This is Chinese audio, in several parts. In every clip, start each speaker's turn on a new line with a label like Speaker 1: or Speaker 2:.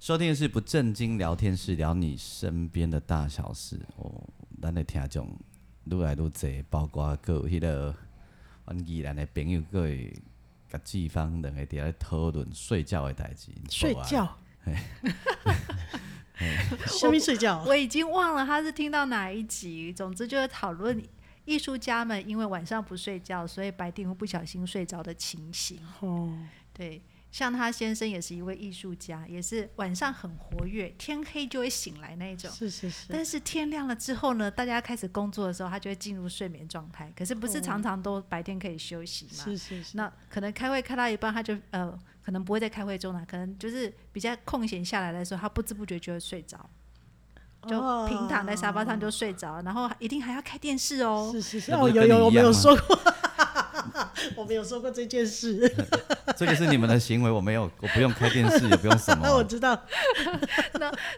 Speaker 1: 收听的是不正经聊天室，聊你身边的大小事。哦，咱的听众愈来愈侪，包括还有迄、个阮宜兰的朋友，还有甲志芳两个伫咧讨论睡觉的代志。
Speaker 2: 睡
Speaker 1: 无啊？
Speaker 2: 觉。哎 什么睡觉？
Speaker 3: 我已经忘了他是听到哪一集，总之就是讨论艺术家们因为晚上不睡觉，所以白天会不小心睡着的情形。
Speaker 2: 哦，
Speaker 3: 对，像他先生也是一位艺术家，也是晚上很活跃，天黑就会醒来那一种。
Speaker 2: 是是是，
Speaker 3: 但是天亮了之后呢，大家开始工作的时候，他就会进入睡眠状态。可是不是常常都白天可以休息嘛？
Speaker 2: 是是是，
Speaker 3: 那可能开会开到一半，他就呃，可能不会在开会中啦，可能就是比较空闲下来的时候，他不知不觉就会睡着，就
Speaker 2: 哦
Speaker 3: 平躺在沙发上就睡着，然后一定还要开电视 哦。
Speaker 2: 是是是，
Speaker 1: 那
Speaker 2: 哦，
Speaker 1: 不是
Speaker 2: 有
Speaker 1: 跟
Speaker 2: 有，
Speaker 1: 你
Speaker 2: 我
Speaker 1: 一
Speaker 2: 没
Speaker 1: 样
Speaker 2: 有
Speaker 1: 吗
Speaker 2: 说过， 我没有说过这件事，
Speaker 1: 这个是你们的行为，我没有，我不用开电视，也不用什
Speaker 2: 我
Speaker 1: 么。
Speaker 2: 知道，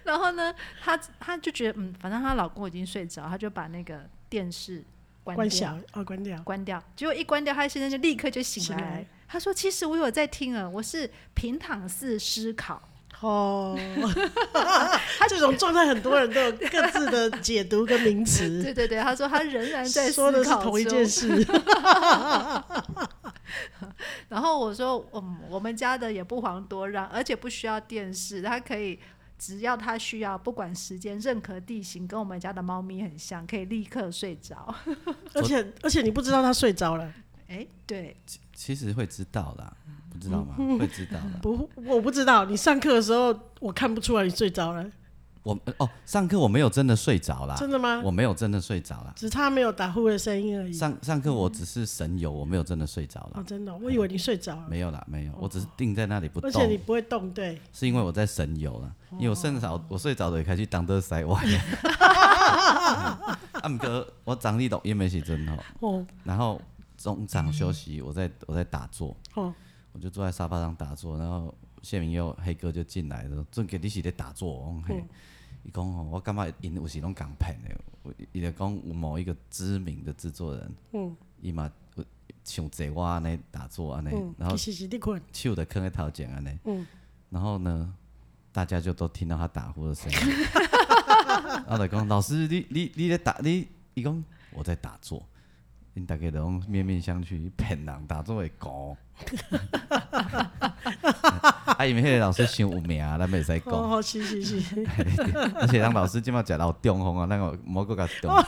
Speaker 3: 然后呢，她她就觉得嗯，反正她老公已经睡着，她就把那个电视关
Speaker 2: 关
Speaker 3: 掉
Speaker 2: 小哦，关掉，
Speaker 3: 关掉，结果一关掉，她先生就立刻就醒
Speaker 2: 醒
Speaker 3: 来。
Speaker 2: 来
Speaker 3: 他说：“其实我有在听啊，我是平躺式思考。
Speaker 2: 哦，这种状态很多人都有各自的解读跟名”词，
Speaker 3: 对对 对，他说他仍然在思
Speaker 2: 说
Speaker 3: 考
Speaker 2: 的是同一
Speaker 3: 中
Speaker 2: 件事，
Speaker 3: 然后我说，嗯，我们家的也不遑多让，而且不需要电视，它可以只要它需要，不管时间、任何地形，跟我们家的猫咪很像，可以立刻睡着。
Speaker 2: 而且而且你不知道他睡着了，
Speaker 3: 哎，对，
Speaker 1: 其实会知道啦，不知道吗？会知道啦。
Speaker 2: 不，我不知道，你上课的时候我看不出来你睡着了，
Speaker 1: 我哦，上课我没有真的睡着啦，
Speaker 2: 真的吗？
Speaker 1: 啊我没有真的睡着啦。
Speaker 2: 只是他没有打呼的声音而已。
Speaker 1: 上上课我只是神游，我没有真的睡着
Speaker 2: 哦，
Speaker 1: 啦，
Speaker 2: 真的哦，我以为你睡着了，
Speaker 1: 没有啦，没有，我只是定在那里不
Speaker 2: 哦而且你哦
Speaker 1: 动。
Speaker 2: 不会动，对，
Speaker 1: 是因为我在神游了，因为我甚至早我睡着了，开始当得塞歪。 啊，毋过我昨日录音的时阵吼，
Speaker 2: 哦
Speaker 1: 然后中场休息，我在我在打坐，
Speaker 2: 哦，
Speaker 1: 我就坐在沙发上打坐，然后谢明佑黑哥就进来了，阵给你是咧打坐，我讲
Speaker 2: 哦
Speaker 1: 嘿，伊讲吼，我感觉因有时拢共骗的，有伊就讲有某一个知名的制作人，
Speaker 2: 嗯
Speaker 1: 伊嘛有像坐我安尼打坐安尼，
Speaker 2: 嗯，
Speaker 1: 然后
Speaker 2: 其实是你困，
Speaker 1: 手的坑在头前安尼，
Speaker 2: 嗯
Speaker 1: 啊然后呢，大家就都听到他打呼 的声音，然后就讲老师，你你你在打你，伊讲我在打坐，因大家都拢面面相觑，骗人打坐会 讲。啊，因为迄个老师伤有名，啊咱袂使讲，
Speaker 2: 哦，是是 是，
Speaker 1: 而且咱老师即马食到中风啊，咱个莫个甲中，
Speaker 2: 哦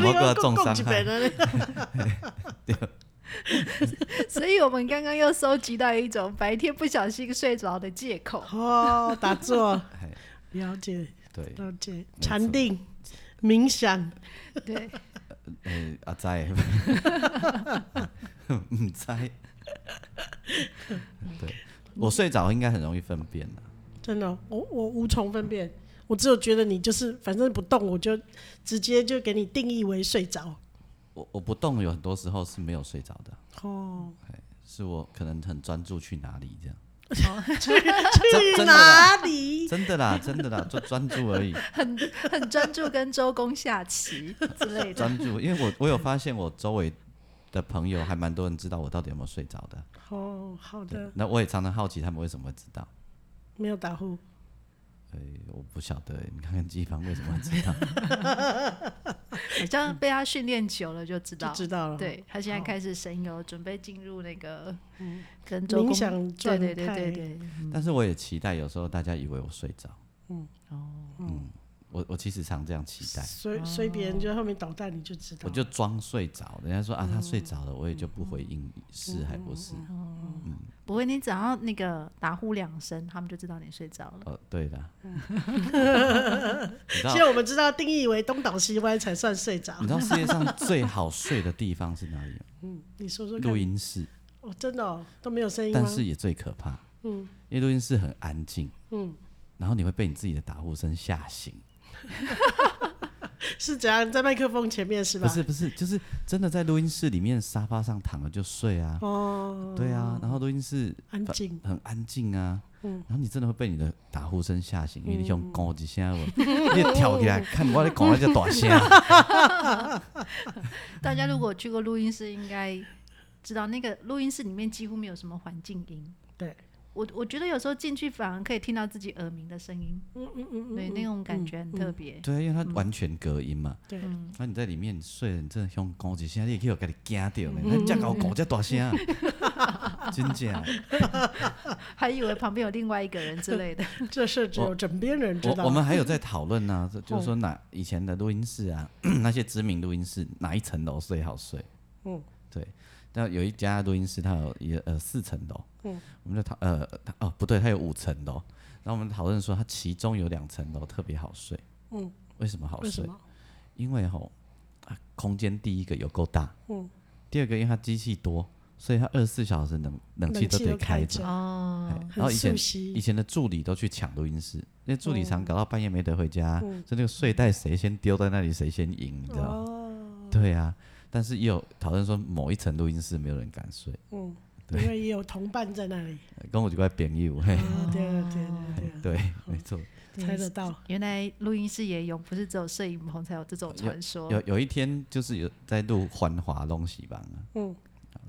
Speaker 1: 莫个 重伤
Speaker 2: 一
Speaker 1: 害
Speaker 2: 遍。了呢，
Speaker 3: 所以我们刚刚又收集到一种白天不小心睡着的借口。
Speaker 2: 哦，打坐
Speaker 1: 嘿，
Speaker 2: 了解
Speaker 1: 对，
Speaker 2: 了解，
Speaker 1: 错
Speaker 2: 禅定、冥想，
Speaker 3: 对，
Speaker 1: 诶，阿仔， 唔知。嗯对，我睡着应该很容易分辨啊啦。
Speaker 2: 真的哦，我我无从分辨，我只有觉得你就是反正不动，我就直接就给你定义为睡着，
Speaker 1: 我我不动，有很多时候是没有睡着的，啊
Speaker 2: 哦，
Speaker 1: 是我可能很专注去哪里这样。
Speaker 2: 去
Speaker 1: 真的
Speaker 2: 哪里？
Speaker 1: 真的啦，真的啦，就专注而已，
Speaker 3: 很专注跟周公下棋之类的。
Speaker 1: 专注。因为我我有发现，我周围的朋友还蛮多人知道我到底有没有睡着的。啊
Speaker 2: 哦，好的，
Speaker 1: 那我也常常好奇他们为什么会知道。
Speaker 2: 没有打呼，
Speaker 1: 诶我不晓得，你看看季芳为什么会知道？
Speaker 3: 好像被他训练久了就知
Speaker 2: 就
Speaker 3: 道。
Speaker 2: 知道了。，
Speaker 3: 对他现在开始神游，准备进入那个跟周公
Speaker 2: 冥。想状
Speaker 3: 对
Speaker 2: 态，
Speaker 3: 对对对对，
Speaker 1: 但是我也期待，有时候大家以为我睡着。嗯，哦，嗯，我我其实常这样期待，
Speaker 2: 随随别人就在后面捣蛋，你就知道。
Speaker 1: 我就装睡着。人家说啊，他睡着了，我也就不回应是还不是。
Speaker 3: 不会，你只要那个打呼两声，他们就知道你睡着了。
Speaker 1: 哦，对的。你知道嗯
Speaker 2: 现在我们知道定义为东倒西歪才算睡着
Speaker 1: 你。知道世界上最好睡的地方是哪里吗？
Speaker 2: 嗯，你说说看
Speaker 1: 录。音室，
Speaker 2: 哦，真的哦，都没有声音吗
Speaker 1: 但？是也最可怕。嗯，因为录音室很安静，嗯，然后你会被你自己的打呼声吓醒。
Speaker 2: 是怎样在麦克风前面是吧？
Speaker 1: 不是不是，就是真的在录音室里面沙发上躺了就睡啊。
Speaker 2: 哦，
Speaker 1: 对啊，然后录音室
Speaker 2: 安静，
Speaker 1: 很安静啊。然后你真的会被你的打呼声吓醒，因为你想高一声，我你跳起来看我在讲那叫大声。啊
Speaker 3: 大家如果去过录音室，应该知道那个录音室里面几乎没有什么环境音。
Speaker 2: 对，
Speaker 3: 我我觉得有时候进去反而可以听到自己耳鸣的声音，
Speaker 2: 嗯嗯嗯，
Speaker 3: 对，那种感觉很特别。
Speaker 1: 对，因为它完全隔音嘛。
Speaker 2: 对，
Speaker 3: 嗯
Speaker 1: 那你在里面睡，你真的像高一声，你会去给你惊掉呢。你这高讲这大声，啊真假？
Speaker 3: 还以为旁边有另外一个人之类的。
Speaker 2: 这事只有枕边人知
Speaker 1: 我
Speaker 2: 道。哦
Speaker 1: 我们还有在讨 论呢，就就是说哪以前的录音室啊， 那些知名录音室哪一层楼最好睡？
Speaker 2: 嗯，
Speaker 1: 对。但有一家录音室，它有一呃四层楼，嗯，我们就讨呃它哦不对，它有五层楼。然后我们讨论说，它其中有两层楼特别好睡，
Speaker 2: 嗯，
Speaker 1: 为什么好
Speaker 2: 为什
Speaker 1: 睡？
Speaker 2: 么？
Speaker 1: 因为吼、啊，空间第一个有够大，
Speaker 2: 嗯，
Speaker 1: 第二个因为它机器多，所以它二十四小时冷冷气
Speaker 2: 冷
Speaker 1: 都
Speaker 2: 气
Speaker 1: 得
Speaker 2: 都
Speaker 1: 开
Speaker 2: 开
Speaker 1: 着
Speaker 2: 着。
Speaker 3: 哦，
Speaker 1: 哎然后
Speaker 2: 很
Speaker 1: 以前
Speaker 2: 熟
Speaker 1: 以
Speaker 2: 悉，
Speaker 1: 前的助理都去抢录音室，那助理常搞到半夜没得回家，所以那个睡袋谁先丢在那里谁先赢，你知道吗？对啊，但是也有讨论说某一层录音室没有人敢睡，
Speaker 2: 嗯，
Speaker 1: 对
Speaker 2: 因为也有同伴在那里。
Speaker 1: 跟我就怪扁义嘿，
Speaker 2: 啊，对了对了对
Speaker 3: 哦
Speaker 2: 了，
Speaker 1: 对，没错。
Speaker 2: 猜得到。
Speaker 3: 原来录音室也有，不是只有摄影棚才有这种传说。
Speaker 1: 有有一天就是有在录《环华弄喜帮》啊，
Speaker 2: 嗯，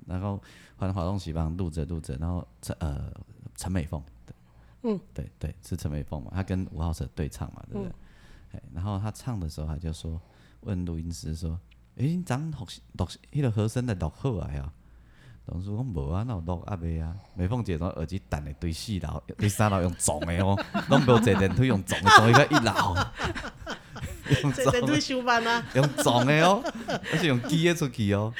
Speaker 1: 然后《环华弄喜帮》录着录着，然后陈呃陈美凤，对
Speaker 2: 嗯，
Speaker 1: 对对，是陈美凤嘛，她跟吴浩哲对唱嘛，对不对？哎、然后她唱的时候，她就说问录音师说：“诶、你昨天录录迄个和声来录好啊呀？”同事讲无啊，哪有录啊袂啊？美凤姐从耳机弹的对四楼、对三楼用撞的哦，拢无坐电梯用撞的，撞一个一 楼。用
Speaker 2: 这
Speaker 1: 撞
Speaker 2: 人
Speaker 1: 的
Speaker 2: 对修班吗？
Speaker 1: 用撞的 哦，而且用寄的出去哦。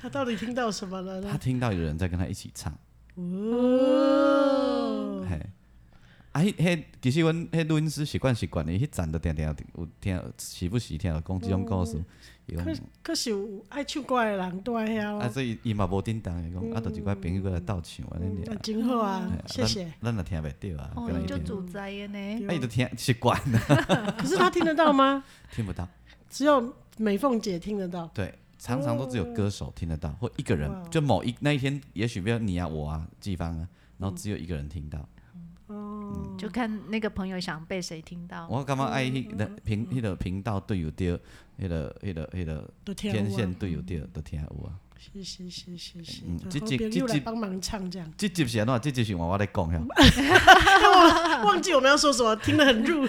Speaker 2: 他到底听到什么了
Speaker 1: 他
Speaker 2: 呢？
Speaker 1: 听到有人在跟他一起唱，
Speaker 2: 哦，
Speaker 1: 嘿，啊，迄迄其实阮迄录音师习惯习惯的，迄站都定定有听，时不时听有讲即种故事，伊讲
Speaker 2: 嗯可可是有爱唱歌的人都爱遐
Speaker 1: 嗯啊，
Speaker 2: 哦，
Speaker 1: 所以伊嘛无叮当，伊讲啊，都一寡朋友过来斗唱安尼
Speaker 2: 嗯那
Speaker 1: 尔，
Speaker 2: 真好啊
Speaker 1: 嘿，啊
Speaker 2: 谢谢。
Speaker 1: 咱咱也听袂着啊，
Speaker 3: 哦，
Speaker 1: 跟
Speaker 3: 你
Speaker 1: 伊
Speaker 3: 就
Speaker 1: 听
Speaker 3: 主宰的呢。
Speaker 1: 啊，伊都听习惯了，
Speaker 2: 可是他听得到吗？
Speaker 1: 听不到，
Speaker 2: 只有美凤姐听得到。
Speaker 1: 对。常常都只有歌手听得到，或一个人
Speaker 2: 哇，
Speaker 1: 就某一那一天，也许比如你啊、我啊、季芳啊，然后只有一个人听到，
Speaker 2: 哦，
Speaker 3: 就看那个朋友想被谁听到。
Speaker 1: 我感觉爱迄个频迄个频道对有对，迄个迄个迄个
Speaker 2: 都听
Speaker 1: 天
Speaker 2: 有
Speaker 1: 线
Speaker 2: 啊。
Speaker 1: 对有对，都听有啊。
Speaker 2: 是是是是是，
Speaker 1: 嗯
Speaker 2: 然
Speaker 1: 这
Speaker 2: 后
Speaker 1: 这
Speaker 2: 别人
Speaker 1: 这
Speaker 2: 又来
Speaker 1: 这
Speaker 2: 帮忙唱这样。
Speaker 1: 这集是安怎？这集是我我咧讲呀，
Speaker 2: 忘记我们要说什么，听得很 入。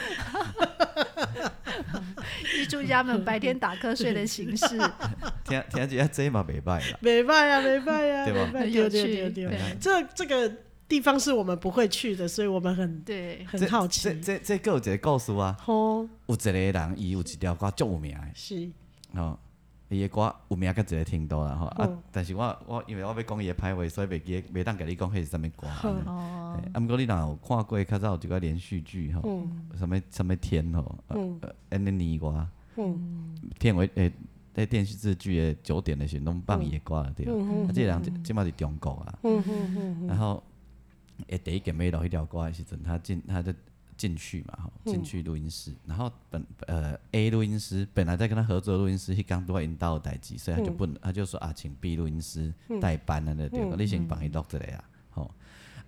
Speaker 3: 艺术家们白天打瞌睡的形 式，
Speaker 1: 听听一下这嘛袂歹啦。
Speaker 2: 没办呀，没办呀，
Speaker 1: 对吧嗯
Speaker 2: 没办
Speaker 3: 很
Speaker 2: 丢
Speaker 3: 有
Speaker 2: 丢
Speaker 3: 趣
Speaker 2: 丢。丢。
Speaker 3: 对
Speaker 2: 这这个地方是我们不会去的，所以我们很
Speaker 3: 对，
Speaker 2: 很好奇
Speaker 1: 这。这这个有一个故事啊，
Speaker 2: 哦，
Speaker 1: 有一个人伊有一条歌足有名的
Speaker 2: 是，
Speaker 1: 吼，伊的歌有名甲一个听到啦吼啊
Speaker 2: 嗯，
Speaker 1: 但是我我因为我要讲伊的歹话，所以袂记袂当甲你讲迄是啥物歌。安尼
Speaker 3: 哦，
Speaker 1: 嘿啊，毋过你若有看过较早有一个连续剧吼，
Speaker 2: 嗯
Speaker 1: 什么什么天吼，呃
Speaker 2: 嗯
Speaker 1: 呃安尼年歌。
Speaker 2: 嗯
Speaker 1: 片尾诶，在电视剧的九点的时候拢放伊的歌了对了。啊，这个人即嘛是中国啊，
Speaker 2: 嗯嗯嗯
Speaker 1: 然后诶第一个尾落迄条歌的时阵，他进他就进去嘛吼，
Speaker 2: 嗯
Speaker 1: 进去录音室，然后本呃 A 录音师本来在跟他合作的录音师，迄刚拄好因兜有代志，所以他就不能，他就说啊，请 B 录音师代班啊，那对了，你先帮伊录一个啊，吼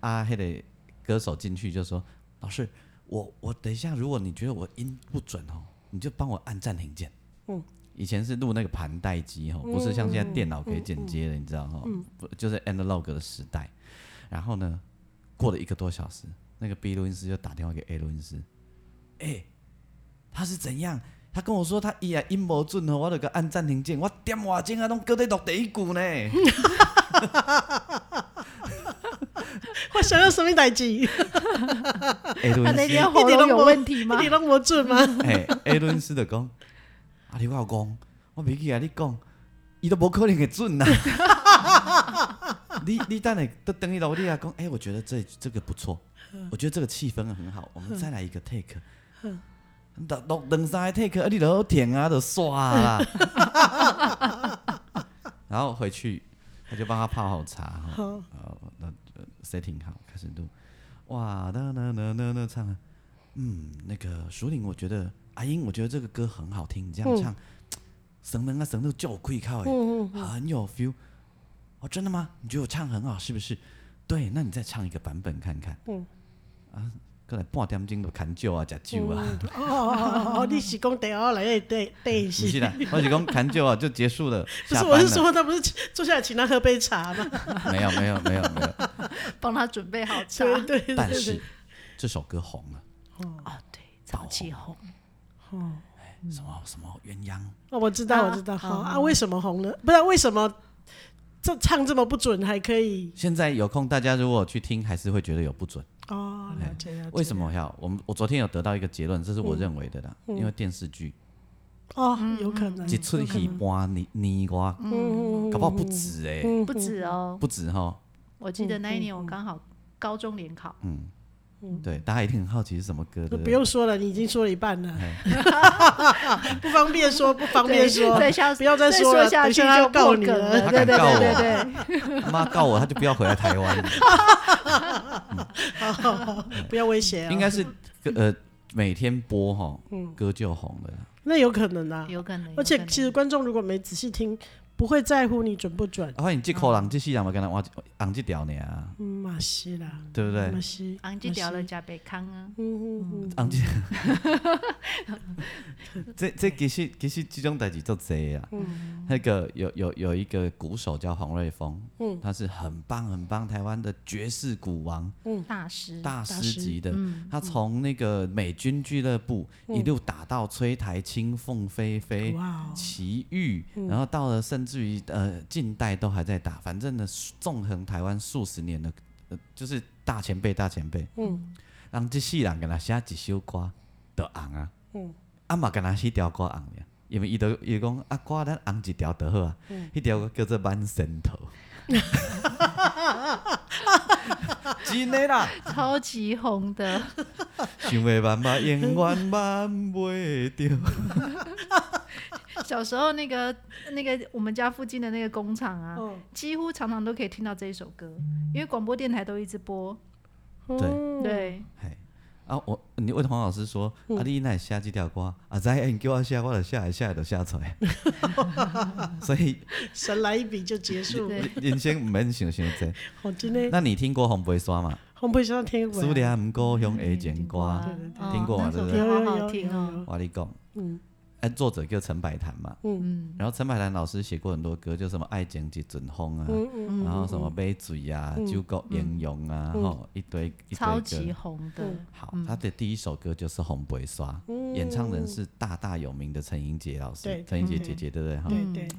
Speaker 1: 啊，迄个歌手进去就说老师，我我等一下，如果你觉得我音不准哦，你就帮我按暂停键。以前是录那个盘带机哈，不是像现在电脑可以剪接的，你知道哈，不就是 analog 的时代。然后呢，过了一个多小时，那个 B 录音师就打电话给 A 录音师，哎、他是怎样？他跟我说他伊啊音无准哦，我就个按暂停键，我点外钟啊，拢搁在录第一句呢。
Speaker 2: 我想要什么代志？一
Speaker 1: A 录
Speaker 3: 他
Speaker 1: 音
Speaker 3: 那
Speaker 1: 师
Speaker 3: 天，喉咙有问题 吗？
Speaker 2: 点都不准吗？
Speaker 1: 哎，A 录音师就讲，啊，你我有讲，我袂记啊甲你讲，伊都无可能会准呐、 你你等下都等你老弟啊，讲，哎、我觉得这这个不错，我觉得这个气氛很好，我们再来一个 take。两两两三个 take，啊你都停啊，都刷啊。 然后回去，他就帮他泡好茶，哈，
Speaker 2: 好，
Speaker 1: 呃，那呃 setting 好，开始录，哇，那那那那那唱，啊嗯，那个熟玲，我觉得阿英，我觉得这个歌很好听，你这样
Speaker 2: 嗯
Speaker 1: 唱，神能啊神都就可以靠哎，很有 feel。哦，真的吗？你觉得我唱很好是不是？对，那你再唱一个版本看看。嗯，啊，过来半点钟都砍酒啊，食酒啊。
Speaker 2: 哦 哦 哦哦，你是讲第二来的对对
Speaker 1: 不是
Speaker 2: 是？
Speaker 1: 啦，我是讲砍酒啊，就结束了。
Speaker 2: 不
Speaker 1: 下
Speaker 2: 是，
Speaker 1: 班
Speaker 2: 我
Speaker 1: 了
Speaker 2: 是说他不是坐下来请他喝杯茶吗？
Speaker 1: 没有没有没有 没有，
Speaker 3: 帮他准备好茶。
Speaker 1: 啊
Speaker 2: 对对对
Speaker 1: 但
Speaker 2: 对
Speaker 1: 是这首歌红了，
Speaker 3: 哦，对，早起红，
Speaker 2: 嗯
Speaker 1: 什么什么鸳鸯，
Speaker 2: 哦，我知道，
Speaker 3: 啊
Speaker 2: 我知道。好
Speaker 3: 嗯
Speaker 2: 啊，为什么红了？不知啊道为什么这唱这么不准，还可以
Speaker 1: 现在有空大家如果去听，还是会觉得有不准。
Speaker 2: 哦，了解了解。
Speaker 1: 哎为什么要？我们我昨天有得到一个结论，这是我
Speaker 2: 嗯
Speaker 1: 认为的啦，因为电视剧
Speaker 2: 哦，有可能
Speaker 1: 一。出戏
Speaker 2: 嗯
Speaker 1: 半泥泥瓜，搞不好不止哎、
Speaker 3: 嗯不止哦。
Speaker 1: 不止哈。
Speaker 3: 我记得
Speaker 2: 嗯
Speaker 3: 那一年我刚好高中联考，
Speaker 1: 对，大家一定很好奇是什么歌，
Speaker 2: 那
Speaker 1: 对不
Speaker 2: 嗯不
Speaker 1: 对？
Speaker 2: 用说了，你已经说了一半了，
Speaker 1: 嗯
Speaker 2: 不方便说，不方便说。
Speaker 3: 再下
Speaker 2: 不要再
Speaker 3: 再
Speaker 2: 说了
Speaker 3: 说下
Speaker 2: 等一
Speaker 3: 去
Speaker 2: 下要
Speaker 3: 就
Speaker 2: 告
Speaker 3: 破
Speaker 2: 你
Speaker 3: 梗
Speaker 2: 了
Speaker 3: 了。
Speaker 1: 他
Speaker 3: 对
Speaker 1: 敢
Speaker 3: 对
Speaker 1: 告
Speaker 3: 对
Speaker 1: 我
Speaker 3: 对 对，
Speaker 1: 妈告我，他就不要回来台湾。
Speaker 2: 不要威胁啊。嗯
Speaker 1: 应该是呃每天播哈，歌就红了啦。
Speaker 2: 那有可能啊，
Speaker 3: 有可能。
Speaker 2: 而且
Speaker 3: 有可能
Speaker 2: 其实观众如果没仔细听，不会在乎你准不准。
Speaker 1: 啊，反正这口人这世人嘛，跟他换红这条呢，
Speaker 2: 嗯，马西啦，
Speaker 1: 对不对
Speaker 2: 马？西，
Speaker 3: 昂吉掉了加倍康啊，
Speaker 2: 嗯嗯嗯，
Speaker 1: 红这， 这这其实其实这种代志做多啊。
Speaker 2: 嗯
Speaker 1: 那个有有有一个鼓手叫黄瑞峰，
Speaker 2: 嗯
Speaker 1: 他是很棒很棒台湾的爵士鼓王
Speaker 3: 大师
Speaker 2: 嗯
Speaker 1: 大
Speaker 2: 大
Speaker 1: 师
Speaker 2: 师嗯
Speaker 1: 级的，他从那个美军俱乐部一路打到崔台青、凤飞飞。
Speaker 2: 哇哦，
Speaker 1: 奇遇，然后到了甚至于呃近代都还在打，反正呢纵横台湾数十年的，呃就是大前辈大前辈，嗯，让这世人给他写一首歌都红啊，嗯，啊嘛给他写条歌红了，因为伊都伊讲啊歌咱红一条就好啊，迄条歌叫做万神头，真的啦，
Speaker 3: 超级红的，
Speaker 1: 想袂万嘛永远万袂着，
Speaker 3: 小时候那个那个我们家附近的那个工厂啊，
Speaker 2: 嗯
Speaker 3: 几乎常常都可以听到这一首歌，因为广播电台都一直播。
Speaker 1: 对。
Speaker 2: 哦嗯
Speaker 3: 对，
Speaker 1: 嘿，啊，我你问黄老师说，啊，你那写这条歌，啊，知影叫我写，我就写，写就写出来。 所以
Speaker 2: 神来一笔就结束。
Speaker 3: 对
Speaker 1: 人人生毋免想伤济。
Speaker 2: 好，今天
Speaker 1: 那你听过红白山嘛？
Speaker 2: 红背上天
Speaker 1: 思
Speaker 2: 文，
Speaker 1: 念毋过向下情歌，
Speaker 3: 哦
Speaker 1: 听过啊
Speaker 3: 那首
Speaker 1: 对不
Speaker 2: 对
Speaker 3: 歌好
Speaker 2: 有有
Speaker 3: 好听
Speaker 2: 有有
Speaker 3: 哦。
Speaker 1: 我跟你讲，哎，作者叫陈百潭嘛，
Speaker 3: 嗯，
Speaker 1: 然后陈百潭老师写过很多歌，就什么《爱情一阵风》啊，然后什么《买醉》啊，《酒国英雄》啊，吼，一堆一堆
Speaker 3: 超
Speaker 1: 歌。
Speaker 3: 级红的，
Speaker 2: 嗯
Speaker 1: 好，他的第一首歌就是《红白刷》，演唱人是大大有名的陈英杰老师
Speaker 2: 对，嗯
Speaker 1: 陈英杰姐姐对不对？哈，
Speaker 3: 嗯
Speaker 2: 对对，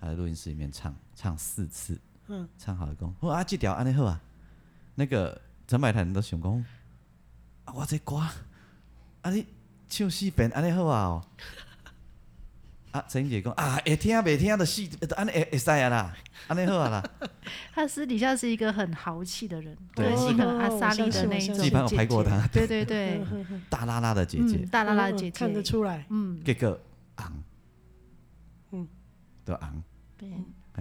Speaker 1: 他在录音室里面唱，唱四次，
Speaker 2: 嗯
Speaker 1: 唱好了讲，我啊这条安尼好啊，那个陈百潭都想讲，啊我这歌，啊你唱四遍安尼好啊哦，啊陈英杰讲啊会听袂听就四，就安尼会会使啊啦，安尼好啊啦，
Speaker 3: 他私底下是一个很豪气的人，
Speaker 1: 对
Speaker 3: 就是一个很阿
Speaker 2: 哦
Speaker 3: 萨利的那一
Speaker 2: 我相信我相嗯信
Speaker 3: 种姐
Speaker 1: 基本上我拍过他
Speaker 3: 姐对对对，
Speaker 1: 大拉拉的姐姐
Speaker 3: 嗯，，大拉拉姐姐
Speaker 2: 看得，出来，
Speaker 3: 嗯，
Speaker 1: 结果红，嗯，
Speaker 2: 嗯
Speaker 1: 都红。
Speaker 3: 对，